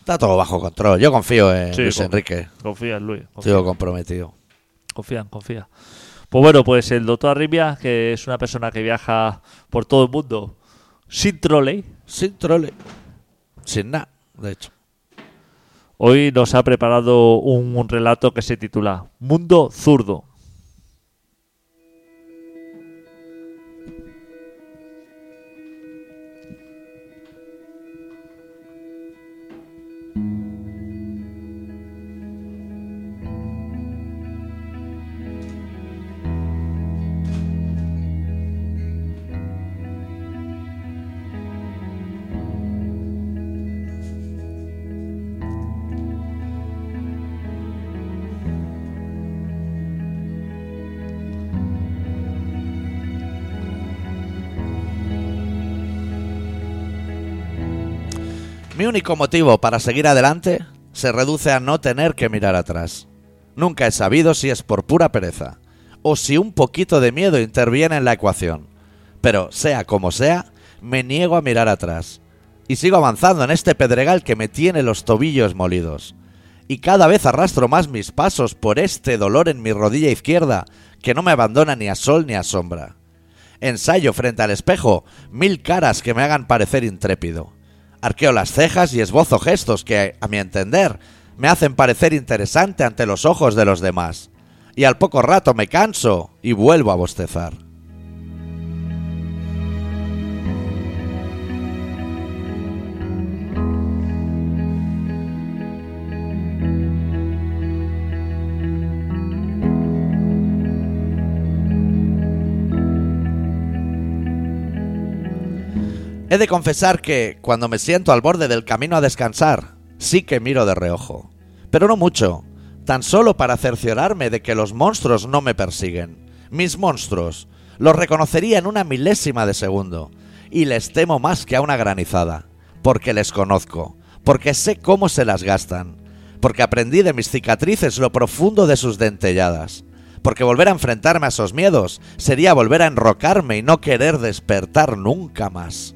Está todo bajo control. Yo confío en
Sí,
Luis
con-
Enrique,
Confía en Luis. confía.
tío comprometido.
Confían, confía. Pues bueno, pues el doctor Arrimia, que es una persona que viaja por todo el mundo sin trolley,
Sin trole. Sin nada, de hecho.
hoy nos ha preparado un, un relato que se titula Mundo Zurdo.
Mi único motivo para seguir adelante se reduce a no tener que mirar atrás. Nunca he sabido si es por pura pereza o si un poquito de miedo interviene en la ecuación. Pero sea como sea, me niego a mirar atrás. Y sigo avanzando en este pedregal que me tiene los tobillos molidos. Y cada vez arrastro más mis pasos por este dolor en mi rodilla izquierda que no me abandona ni a sol ni a sombra. Ensayo frente al espejo mil caras que me hagan parecer intrépido. Arqueo las cejas y esbozo gestos que, a mi entender, me hacen parecer interesante ante los ojos de los demás. Y al poco rato me canso y vuelvo a bostezar. He de confesar que, cuando me siento al borde del camino a descansar, sí que miro de reojo. Pero no mucho, tan solo para cerciorarme de que los monstruos no me persiguen. Mis monstruos, los reconocería en una milésima de segundo, y les temo más que a una granizada, porque les conozco, porque sé cómo se las gastan, porque aprendí de mis cicatrices lo profundo de sus dentelladas, porque volver a enfrentarme a esos miedos sería volver a enrocarme y no querer despertar nunca más.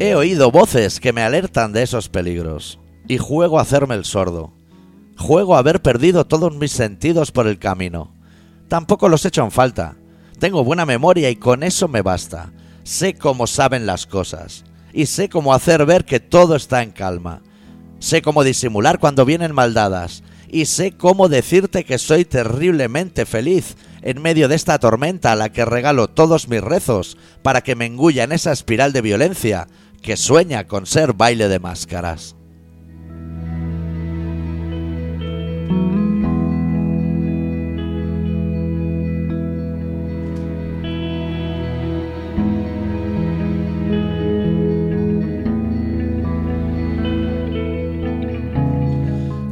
He oído voces que me alertan de esos peligros y juego a hacerme el sordo. Juego a haber perdido todos mis sentidos por el camino. Tampoco los echo en falta. Tengo buena memoria y con eso me basta. Sé cómo saben las cosas y sé cómo hacer ver que todo está en calma. Sé cómo disimular cuando vienen maldadas y sé cómo decirte que soy terriblemente feliz en medio de esta tormenta a la que regalo todos mis rezos para que me engulla en esa espiral de violencia que sueña con ser baile de máscaras.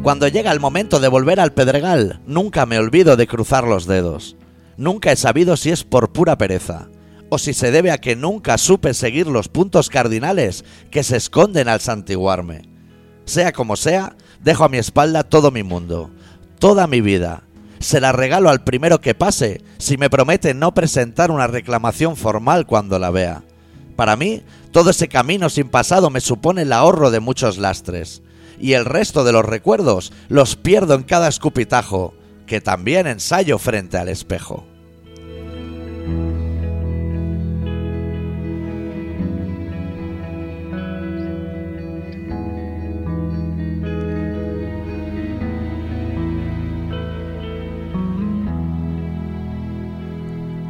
Cuando llega el momento de volver al Pedregal, nunca me olvido de cruzar los dedos. Nunca he sabido si es por pura pereza, o si se debe a que nunca supe seguir los puntos cardinales que se esconden al santiguarme. Sea como sea, dejo a mi espalda todo mi mundo, toda mi vida. Se la regalo al primero que pase si me promete no presentar una reclamación formal cuando la vea. Para mí, todo ese camino sin pasado me supone el ahorro de muchos lastres y el resto de los recuerdos los pierdo en cada escupitajo, que también ensayo frente al espejo.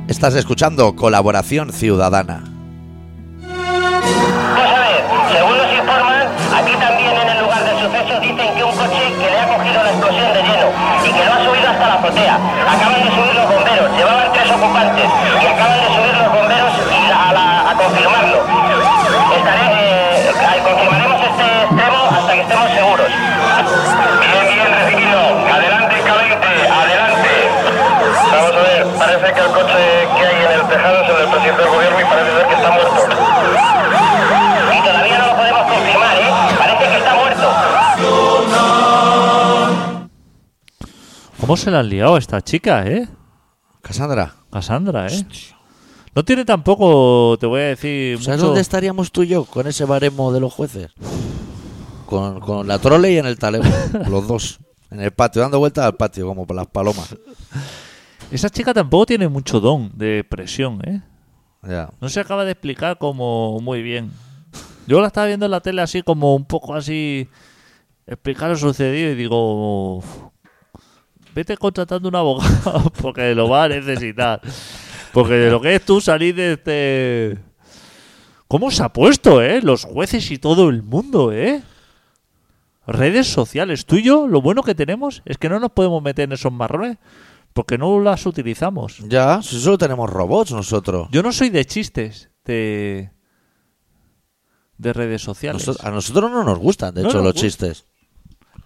Estás escuchando Colaboración Ciudadana.
Vamos a ver, según nos informan, aquí también en el lugar del suceso dicen que un coche que le ha cogido la explosión de lleno y que lo ha subido hasta la azotea. Acaban de subir los bomberos, llevaban tres ocupantes y acaban de subir los bomberos y la- a, la- a confirmarlo. Estaré, eh, confirmaremos este extremo hasta que estemos seguros. Bien, bien recibido. Adelante, K20, adelante. Vamos a ver, parece que el coche que hay en el tejado es el del presidente del gobierno y parece ser que está muerto. Y todavía no lo podemos confirmar, ¿eh? Parece que está muerto.
¿Cómo se la han liado esta chica, eh?
Cassandra,
Cassandra, eh. No tiene tampoco, te voy a decir,
¿Sabes
mucho...
dónde estaríamos tú y yo con ese baremo de los jueces? Con, con la trole y en el talego, los dos. En el patio, dando vueltas al patio, como por las palomas.
Esa chica tampoco tiene mucho don de expresión, eh.
Ya.
No se acaba de explicar como muy bien. Yo la estaba viendo en la tele así como un poco así explicar lo sucedido y digo "Uf, vete contratando un abogado porque lo va a necesitar. Porque de lo que es tú salir de este ¿Cómo se ha puesto, eh? Los jueces y todo el mundo, ¿eh? Redes sociales. Tú y yo, lo bueno que tenemos es que no nos podemos meter en esos marrones porque no las utilizamos.
Ya, si solo tenemos robots nosotros.
Yo no soy de chistes de, de redes sociales.
Noso- a nosotros no nos gustan, de
No
hecho,
nos
los
gusta.
chistes.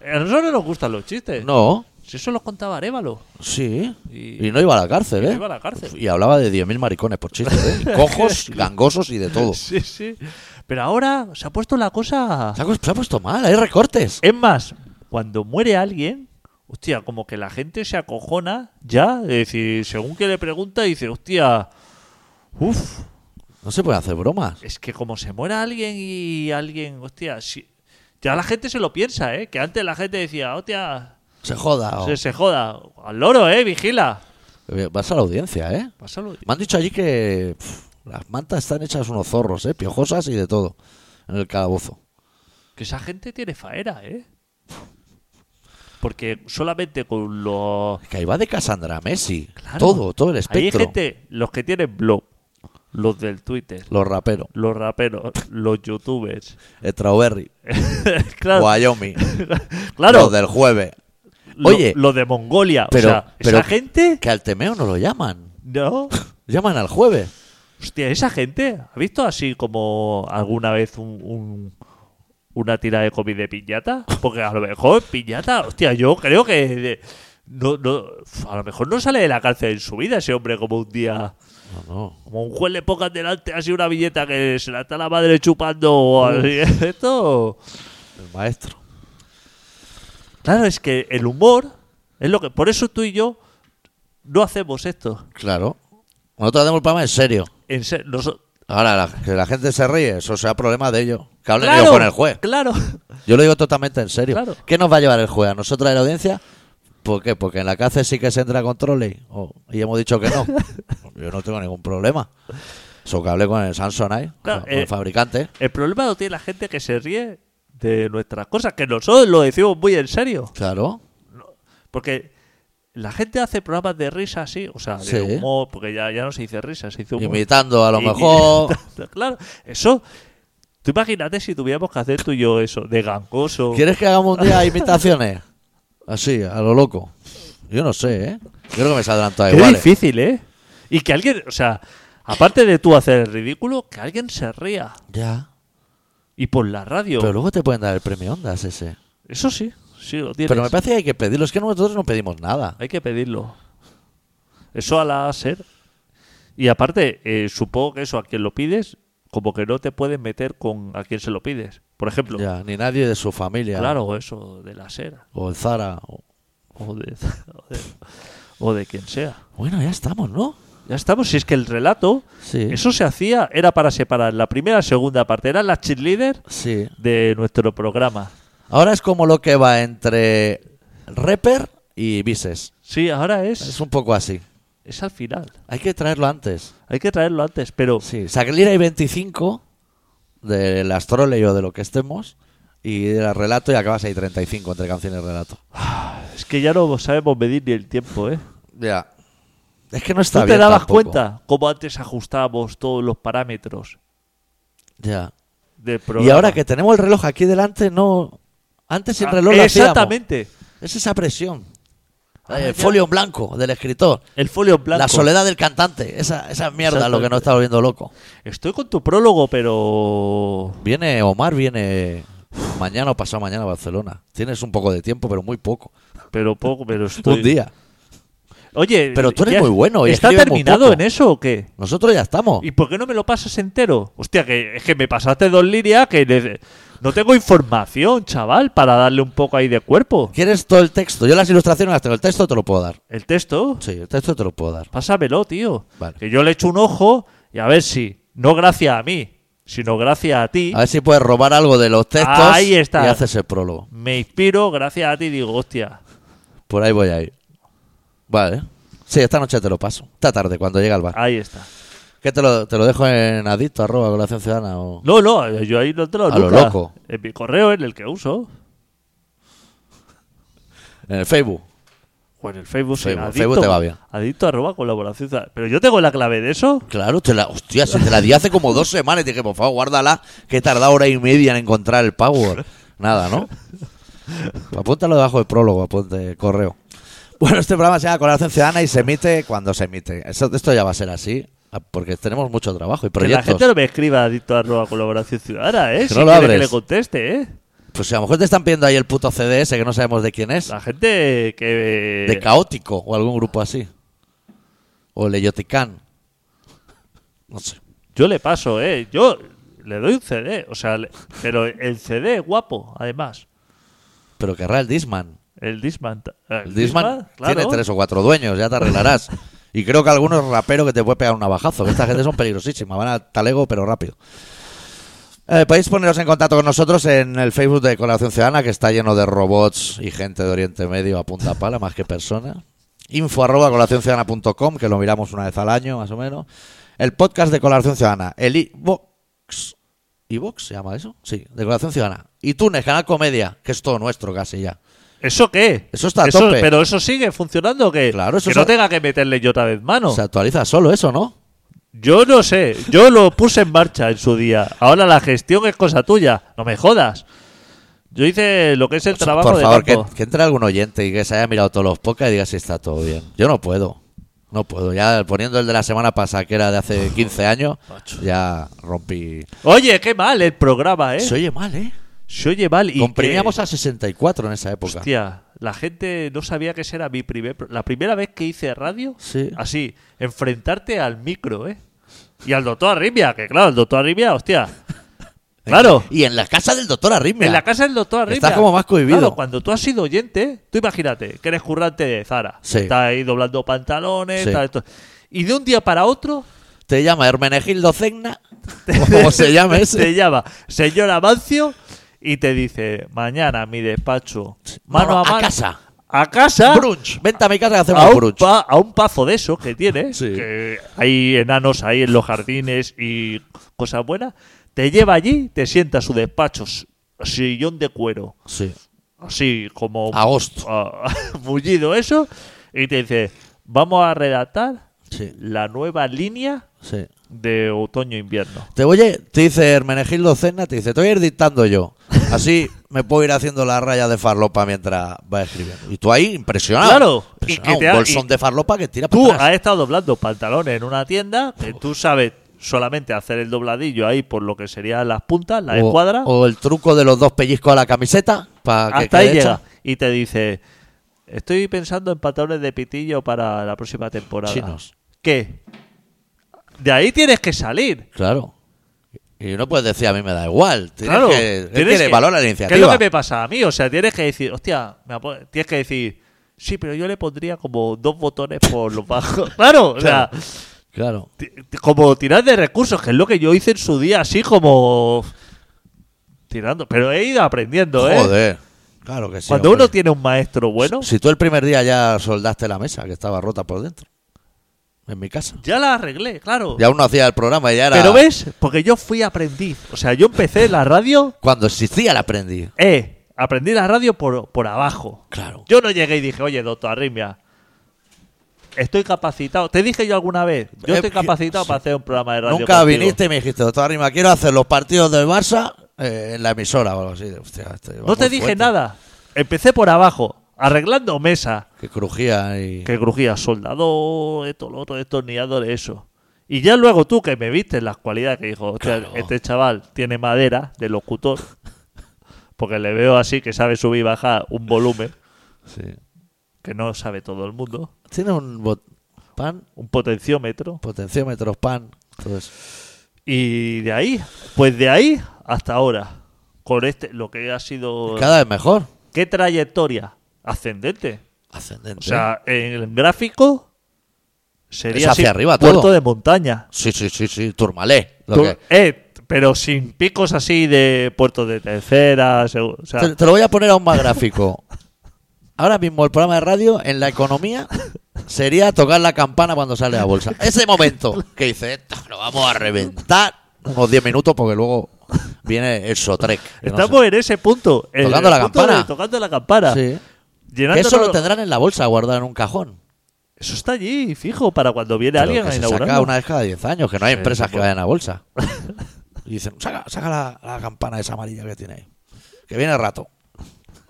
a nosotros no nos gustan los chistes.
No,
Si eso lo contaba Arévalo.
sí.
Y-
Y, no iba a la cárcel,
y no
¿eh?
iba a la cárcel.
Y hablaba de 10.000 maricones por chiste, ¿eh? Y Cojos, gangosos y de todo. Se
Sí, sí. Pero ahora se ha puesto la cosa.
ha, pu- se ha puesto mal, hay recortes.
Es más, cuando muere alguien, hostia, como que la gente se acojona ya. Es decir, según que le pregunta, dice, hostia, uff,
No se pueden hacer bromas.
es que como se muera alguien y alguien, hostia, si- ya la gente se lo piensa, ¿eh? Que antes la gente decía, hostia.
Se joda. o-
Se, se joda. Al loro, eh, vigila.
Vas a la audiencia, ¿eh?
Pásalo.
Me han dicho allí que pf, las mantas están hechas unos zorros, ¿eh? Piojosas y de todo. En el calabozo.
Que esa gente tiene faena, eh. Porque solamente con los.
Es que ahí va de Cassandra a Messi.
Claro.
Todo, todo el
Hay
espectro.
gente, los que tienen blog, los del Twitter,
Los raperos.
los raperos, los youtubers.
Strawberry.
claro,
Wyoming.
claro
Los del jueves.
lo-
Oye,
lo, de Mongolia.
pero-
o sea,
pero-
esa gente.
Que al temeo no lo llaman.
No.
Llaman al jueves.
Hostia, esa gente. ¿Ha visto así como alguna vez un- un- una tira de cómic de piñata? Porque a lo mejor piñata, hostia, yo creo que de- no, no, a lo mejor no sale de la cárcel en su vida ese hombre como un día,
No, no.
como un juez le pongan delante así una billeta que se la está la madre chupando o así. Esto.
El maestro.
Claro, es que el humor es lo que. Por eso tú y yo no hacemos esto.
Claro. Nosotros hacemos el programa en serio.
En ser- noso-
Ahora, la- que la gente se ríe, eso sea problema de ellos. Que hablen
claro,
ellos con el juez.
Claro.
Yo lo digo totalmente en serio.
Claro.
¿Qué nos va a llevar el juez? ¿A nosotros de la audiencia? ¿Por qué? Porque en la cárcel sí que se entra con trolley. o- y hemos dicho que no. Yo no tengo ningún problema. Eso que hablé con el Samsonite,
Claro,
con el
eh,
fabricante.
El problema lo tiene la gente que se ríe de nuestras cosas, que nosotros lo decimos muy en serio.
Claro.
Porque La gente hace programas de risa así, o sea, de
Sí.
humor, porque ya, ya no se dice risa, se dice humor.
Imitando a lo
Y-
mejor.
claro, eso. Tú imagínate si tuviéramos que hacer tú y yo eso, de gangoso.
¿Quieres que hagamos un día imitaciones? Así, a lo loco. Yo no sé, ¿eh? Yo creo que me saldrán todas
Qué
iguales.
difícil, ¿eh? Y que alguien, o sea, aparte de tú hacer el ridículo, que alguien se ría.
Ya.
Y por la radio.
Pero luego te pueden dar el premio Ondas ese.
Eso sí, sí lo tienes.
Pero me parece que hay que pedirlo. Es que nosotros no pedimos nada.
Hay que pedirlo. Eso a la SER. Y aparte, eh, supongo que eso a quien lo pides, como que no te puedes meter con a quien se lo pides. Por ejemplo,
Ya, ni nadie de su familia.
claro, eso de la SER.
O el Zara. o-
O de, o de, o de quien sea.
Bueno, ya estamos, ¿no?
Ya estamos. Si es que el relato,
Sí.
eso se hacía, era para separar la primera y segunda parte. Eran las cheerleaders
Sí.
de nuestro programa.
Ahora es como lo que va entre rapper y bises.
Sí, ahora
Es
es,
un poco así.
es al final.
Hay que traerlo antes.
Hay que traerlo antes, pero
Sí, Saglira y 25 del Astrole o de lo que estemos y era relato y acabas ahí 35 entre canción y relato.
es que ya no sabemos medir ni el tiempo, ¿eh?
Ya. Es que no
¿Tú
está
te
bien
dabas
tampoco.
cuenta cómo antes ajustábamos todos los parámetros
Ya.
del programa?
Y ahora que tenemos el reloj aquí delante, no. Antes sin
Ah,
reloj lo hacíamos.
Exactamente.
Es esa presión.
Ah,
el
ya.
folio en blanco del escritor.
El folio en blanco.
La soledad del cantante. Esa, esa mierda lo que
Exactamente.
nos está volviendo loco.
Estoy con tu prólogo, pero.
Viene Omar, viene mañana o pasado mañana a Barcelona. Tienes un poco de tiempo, pero muy poco.
Pero poco, pero estoy.
Un día.
Oye,
Pero tú eres
ya-
muy bueno y
¿Está
escribes muy
terminado
poco.
en eso o qué?
Nosotros ya estamos.
¿Y por qué no me lo pasas entero? Hostia, que es que me pasaste dos líneas que ne- no tengo información, chaval, para darle un poco ahí de cuerpo.
¿Quieres todo el texto? Yo las ilustraciones las tengo. El texto te lo puedo dar.
El texto,
Sí, el texto te lo puedo dar.
pásamelo, tío.
Vale.
Que yo le echo un ojo y a ver si, no gracias a mí, sino gracias a ti,
A ver si puedes robar algo de los textos
Ahí está.
y haces el prólogo.
me inspiro, gracias a ti, digo, hostia,
Por ahí voy a ir. Vale. Sí, esta noche te lo paso. Esta tarde, cuando llegue al bar.
ahí está.
¿Qué te lo, te lo dejo en adicto, arroba, colación ciudadana? O...
No, no, yo ahí no te lo
A lo
nunca.
loco.
En mi correo, en el que uso,
En el Facebook.
o en el Facebook. sí,
Facebook,
adicto,
Facebook te va bien.
Adicto arroba colaboración. Pero yo tengo la clave de eso.
Claro, te la, hostia, se te la di hace como dos semanas y te dije, por favor, guárdala, que he tardado hora y media en encontrar el Power. Nada, ¿no? Pues Apúntalo debajo del prólogo, apunte correo. Bueno, este programa se llama Colaboración Ciudadana y se emite cuando se emite. Eso- esto ya va a ser así, ah, porque tenemos mucho trabajo y
Que la
proyectos.
gente no me escriba adicto arroba colaboración ciudadana, ¿eh?
Que
Si
no lo
quiere que
abres.
le conteste, ¿eh?
Pues si a lo mejor te están pidiendo ahí el puto CDS que no sabemos de quién es,
La gente que...
de Caótico o algún grupo así. O Leyoticán. No sé.
Yo le paso, ¿eh? Yo le doy un CD, o sea, le- pero el CD guapo, además.
Pero querrá el Disman.
El Disman. ta- eh,
El Disman
claro.
tiene tres o cuatro dueños, ya te arreglarás. y creo que algunos raperos que te puede pegar un navajazo. que Esta gente son peligrosísimas, van a talego pero rápido. Eh, podéis poneros en contacto con nosotros en el Facebook de Colaboración Ciudadana, que está lleno de robots y gente de Oriente Medio a punta pala, más que personas. Info arroba colaboracionciudadana.com, que lo miramos una vez al año, más o menos. El podcast de Colaboración Ciudadana, el iVox. ¿iVox se llama eso? Sí, de Colaboración Ciudadana. iTunes, Canal Comedia, que es todo nuestro casi ya.
¿Eso qué?
Eso está a tope.
Pero eso sigue funcionando, que,
Claro, eso
que
se-
no tenga que meterle yo otra vez mano.
Se actualiza solo eso, ¿no?
yo no sé, yo lo puse en marcha en su día. Ahora la gestión es cosa tuya, no me jodas. Yo hice lo que es el trabajo
Por favor,
de
que,
campo.
que entre algún oyente y que se haya mirado todos los podcasts y diga si está todo bien. Yo no puedo. No puedo. Ya poniendo el de la semana pasada, que era de hace 15 años,
macho.
ya rompí.
Oye, qué mal el programa, ¿eh?
Se oye mal, ¿eh?
Se oye mal y
Comprimíamos
que-
a 64 en esa época.
Hostia, la gente no sabía que ese era mi primer... pro- La primera vez que hice radio,
Sí.
así, enfrentarte al micro, ¿eh? Y al doctor Arrimia, que claro, el doctor Arrimia, hostia. Claro.
Y en la casa del doctor Arritmia.
En la casa del doctor Arrimia.
Está como más cohibido.
Claro, cuando tú has sido oyente, tú imagínate que eres currante de Zara.
Sí.
Estás ahí doblando pantalones,
Sí.
tal, esto. Y de un día para otro
Te llama Hermenegildo Zegna. o como se llama
te
ese.
llama señor Amancio y te dice, mañana a mi despacho, mano a mano.
casa.
A casa.
Brunch. Vente a mi casa que hacemos
a un,
brunch.
pa- a un pazo de esos que tiene,
Sí.
que hay enanos ahí en los jardines y cosas buenas, te lleva allí, te sienta a su despacho, s- sillón de cuero,
Sí.
así como
Agosto.
ah, mullido eso, y te dice, vamos a redactar
Sí,
la nueva línea
sí.
de otoño-invierno.
Te oye, te dice Hermenegildo Cena, te dice, te voy a ir dictando yo. Así me puedo ir haciendo la raya de farlopa mientras va escribiendo. Y tú ahí impresionado.
Claro, y
Impresionado,
que te
un
ha-
bolsón
y-
de farlopa que tira para
Tú
atrás.
has estado doblando pantalones en una tienda, que tú sabes solamente hacer el dobladillo ahí por lo que serían las puntas, las
o,
escuadras.
o el truco de los dos pellizcos a la camiseta. Para que
Hasta ahí
quede hecha.
llega y te dice, estoy pensando en pantalones de pitillo para la próxima temporada.
Chinos.
¿Qué? De ahí tienes que salir.
Claro. Y no puedes decir, a mí me da igual. Tienes
claro,
que, él
tienes
tiene
que-
valor a la
¿Qué es lo
iniciativa.
que me pasa a mí? O sea, tienes que decir, hostia, me apo- tienes que decir, sí, pero yo le pondría como dos botones por los bajos. claro, o sea,
Claro.
ti- ti- como tirar de recursos, que es lo que yo hice en su día, así como tirando. Pero he ido aprendiendo, ¿eh?
Joder. Claro que sí.
Cuando
hombre.
uno tiene un maestro bueno,
Si tú el primer día ya soldaste la mesa, que estaba rota por dentro. En mi casa.
ya la arreglé, claro.
Y aún no hacía el programa y ya era.
Pero ves, porque yo fui aprendiz. O sea, yo empecé en la radio,
Cuando existía el aprendiz.
eh, aprendí la radio por, por abajo.
Claro.
Yo no llegué y dije, oye, doctor Arrimia, estoy capacitado. Te dije yo alguna vez, yo
Eh,
estoy
que-
capacitado
sí.
para hacer un programa de radio.
Nunca
contigo.
viniste y me dijiste, doctor Arrima, quiero hacer los partidos del Barça eh, en la emisora o algo así. Hostia, este va
No te
muy
dije
fuerte.
nada. Empecé por abajo, arreglando mesa,
Que crujía y.
que crujía soldado, esto, lo otro, destornillador, eso. Y ya luego tú que me viste las cualidades que dijo, hostia,
Claro.
este chaval tiene madera de locutor, porque le veo así que sabe subir y bajar un volumen
Sí.
que no sabe todo el mundo,
Tiene un bot- pan,
un potenciómetro.
potenciómetros, pan. Todo eso.
Y de ahí, pues de ahí hasta ahora, con este, lo que ha sido.
Cada vez mejor.
¿Qué trayectoria? Ascendente.
Ascendente.
O sea, en el gráfico sería
Es hacia
así,
arriba todo.
puerto de montaña.
Sí, sí, sí, sí, Turmalé. lo
Tú-
que-
eh, pero sin picos así de puertos de tercera. segu- O sea,
te, te lo voy a poner aún más gráfico. Ahora mismo el programa de radio en la economía sería tocar la campana cuando sale la bolsa. Ese momento que dice, "Esto lo vamos a reventar unos 10 minutos porque luego viene el Sotrec. que no
estamos en ese punto. en
Tocando
el
la
punto de
campana.
tocando la campana.
sé. Sí.
Llenando
Que eso
todo-
lo tendrán en la bolsa guardado en un cajón.
eso está allí, fijo, para cuando viene
Pero
alguien
que
a
se
inaugurarlo.
saca una vez cada 10 años, que no hay
Sí,
empresas
sí,
que
pues.
vayan a bolsa. Y dicen, saca, saca la, la campana esa amarilla que tiene ahí, que viene el rato.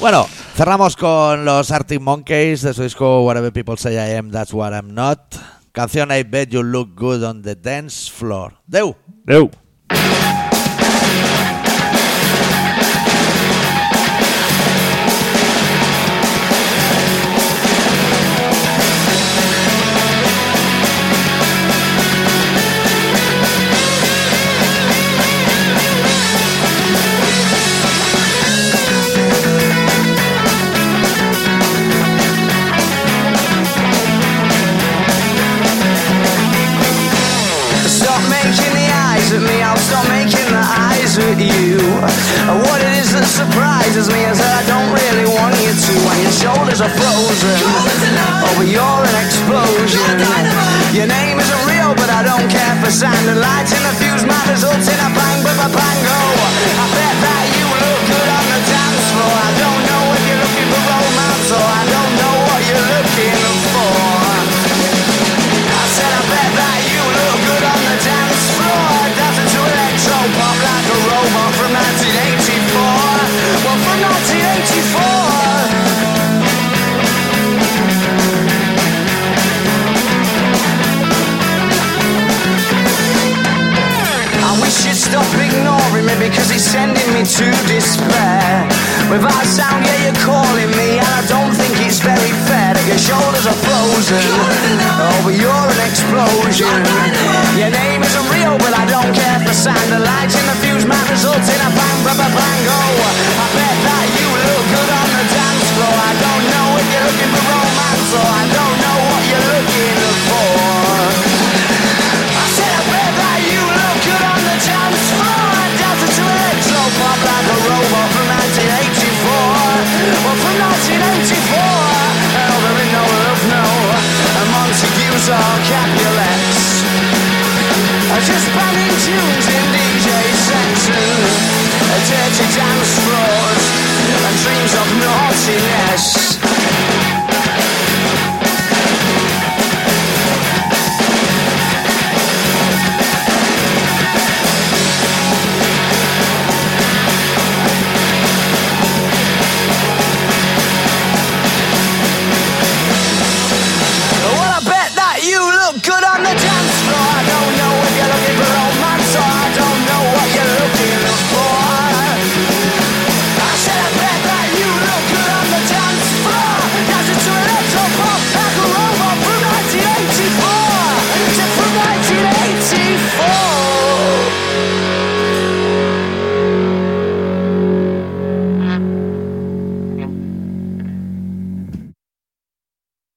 Bueno, cerramos con los Arctic Monkeys de su disco Whatever People Say I Am, That's What I'm Not. Canción I Bet You Look Good on the Dance Floor. Deu.
Deu.
Stop making the eyes at me, I'll stop making the eyes at you. What it is that surprises me is that I don't really want you to. When your shoulders are frozen over your an explosion. Your name isn't real, but I don't care for sound and light. In the fuse, my results in a bang, but my bang go. I bet that you look good on the dance floor. I don't know if you're looking for romance or I don't know what you're looking for. I said I bet that you look good on the dance floor Dancing to electro pop like a robot from 1984 Well, from 1984 I wish you'd stop ignoring me because it's sending me to despair. Without sound, yeah, you're calling me, and I don't think it's very fair that your shoulders are frozen. Oh, but you're an explosion. Your name isn't real, but I don't care for sound. The lights in the fuse might result in a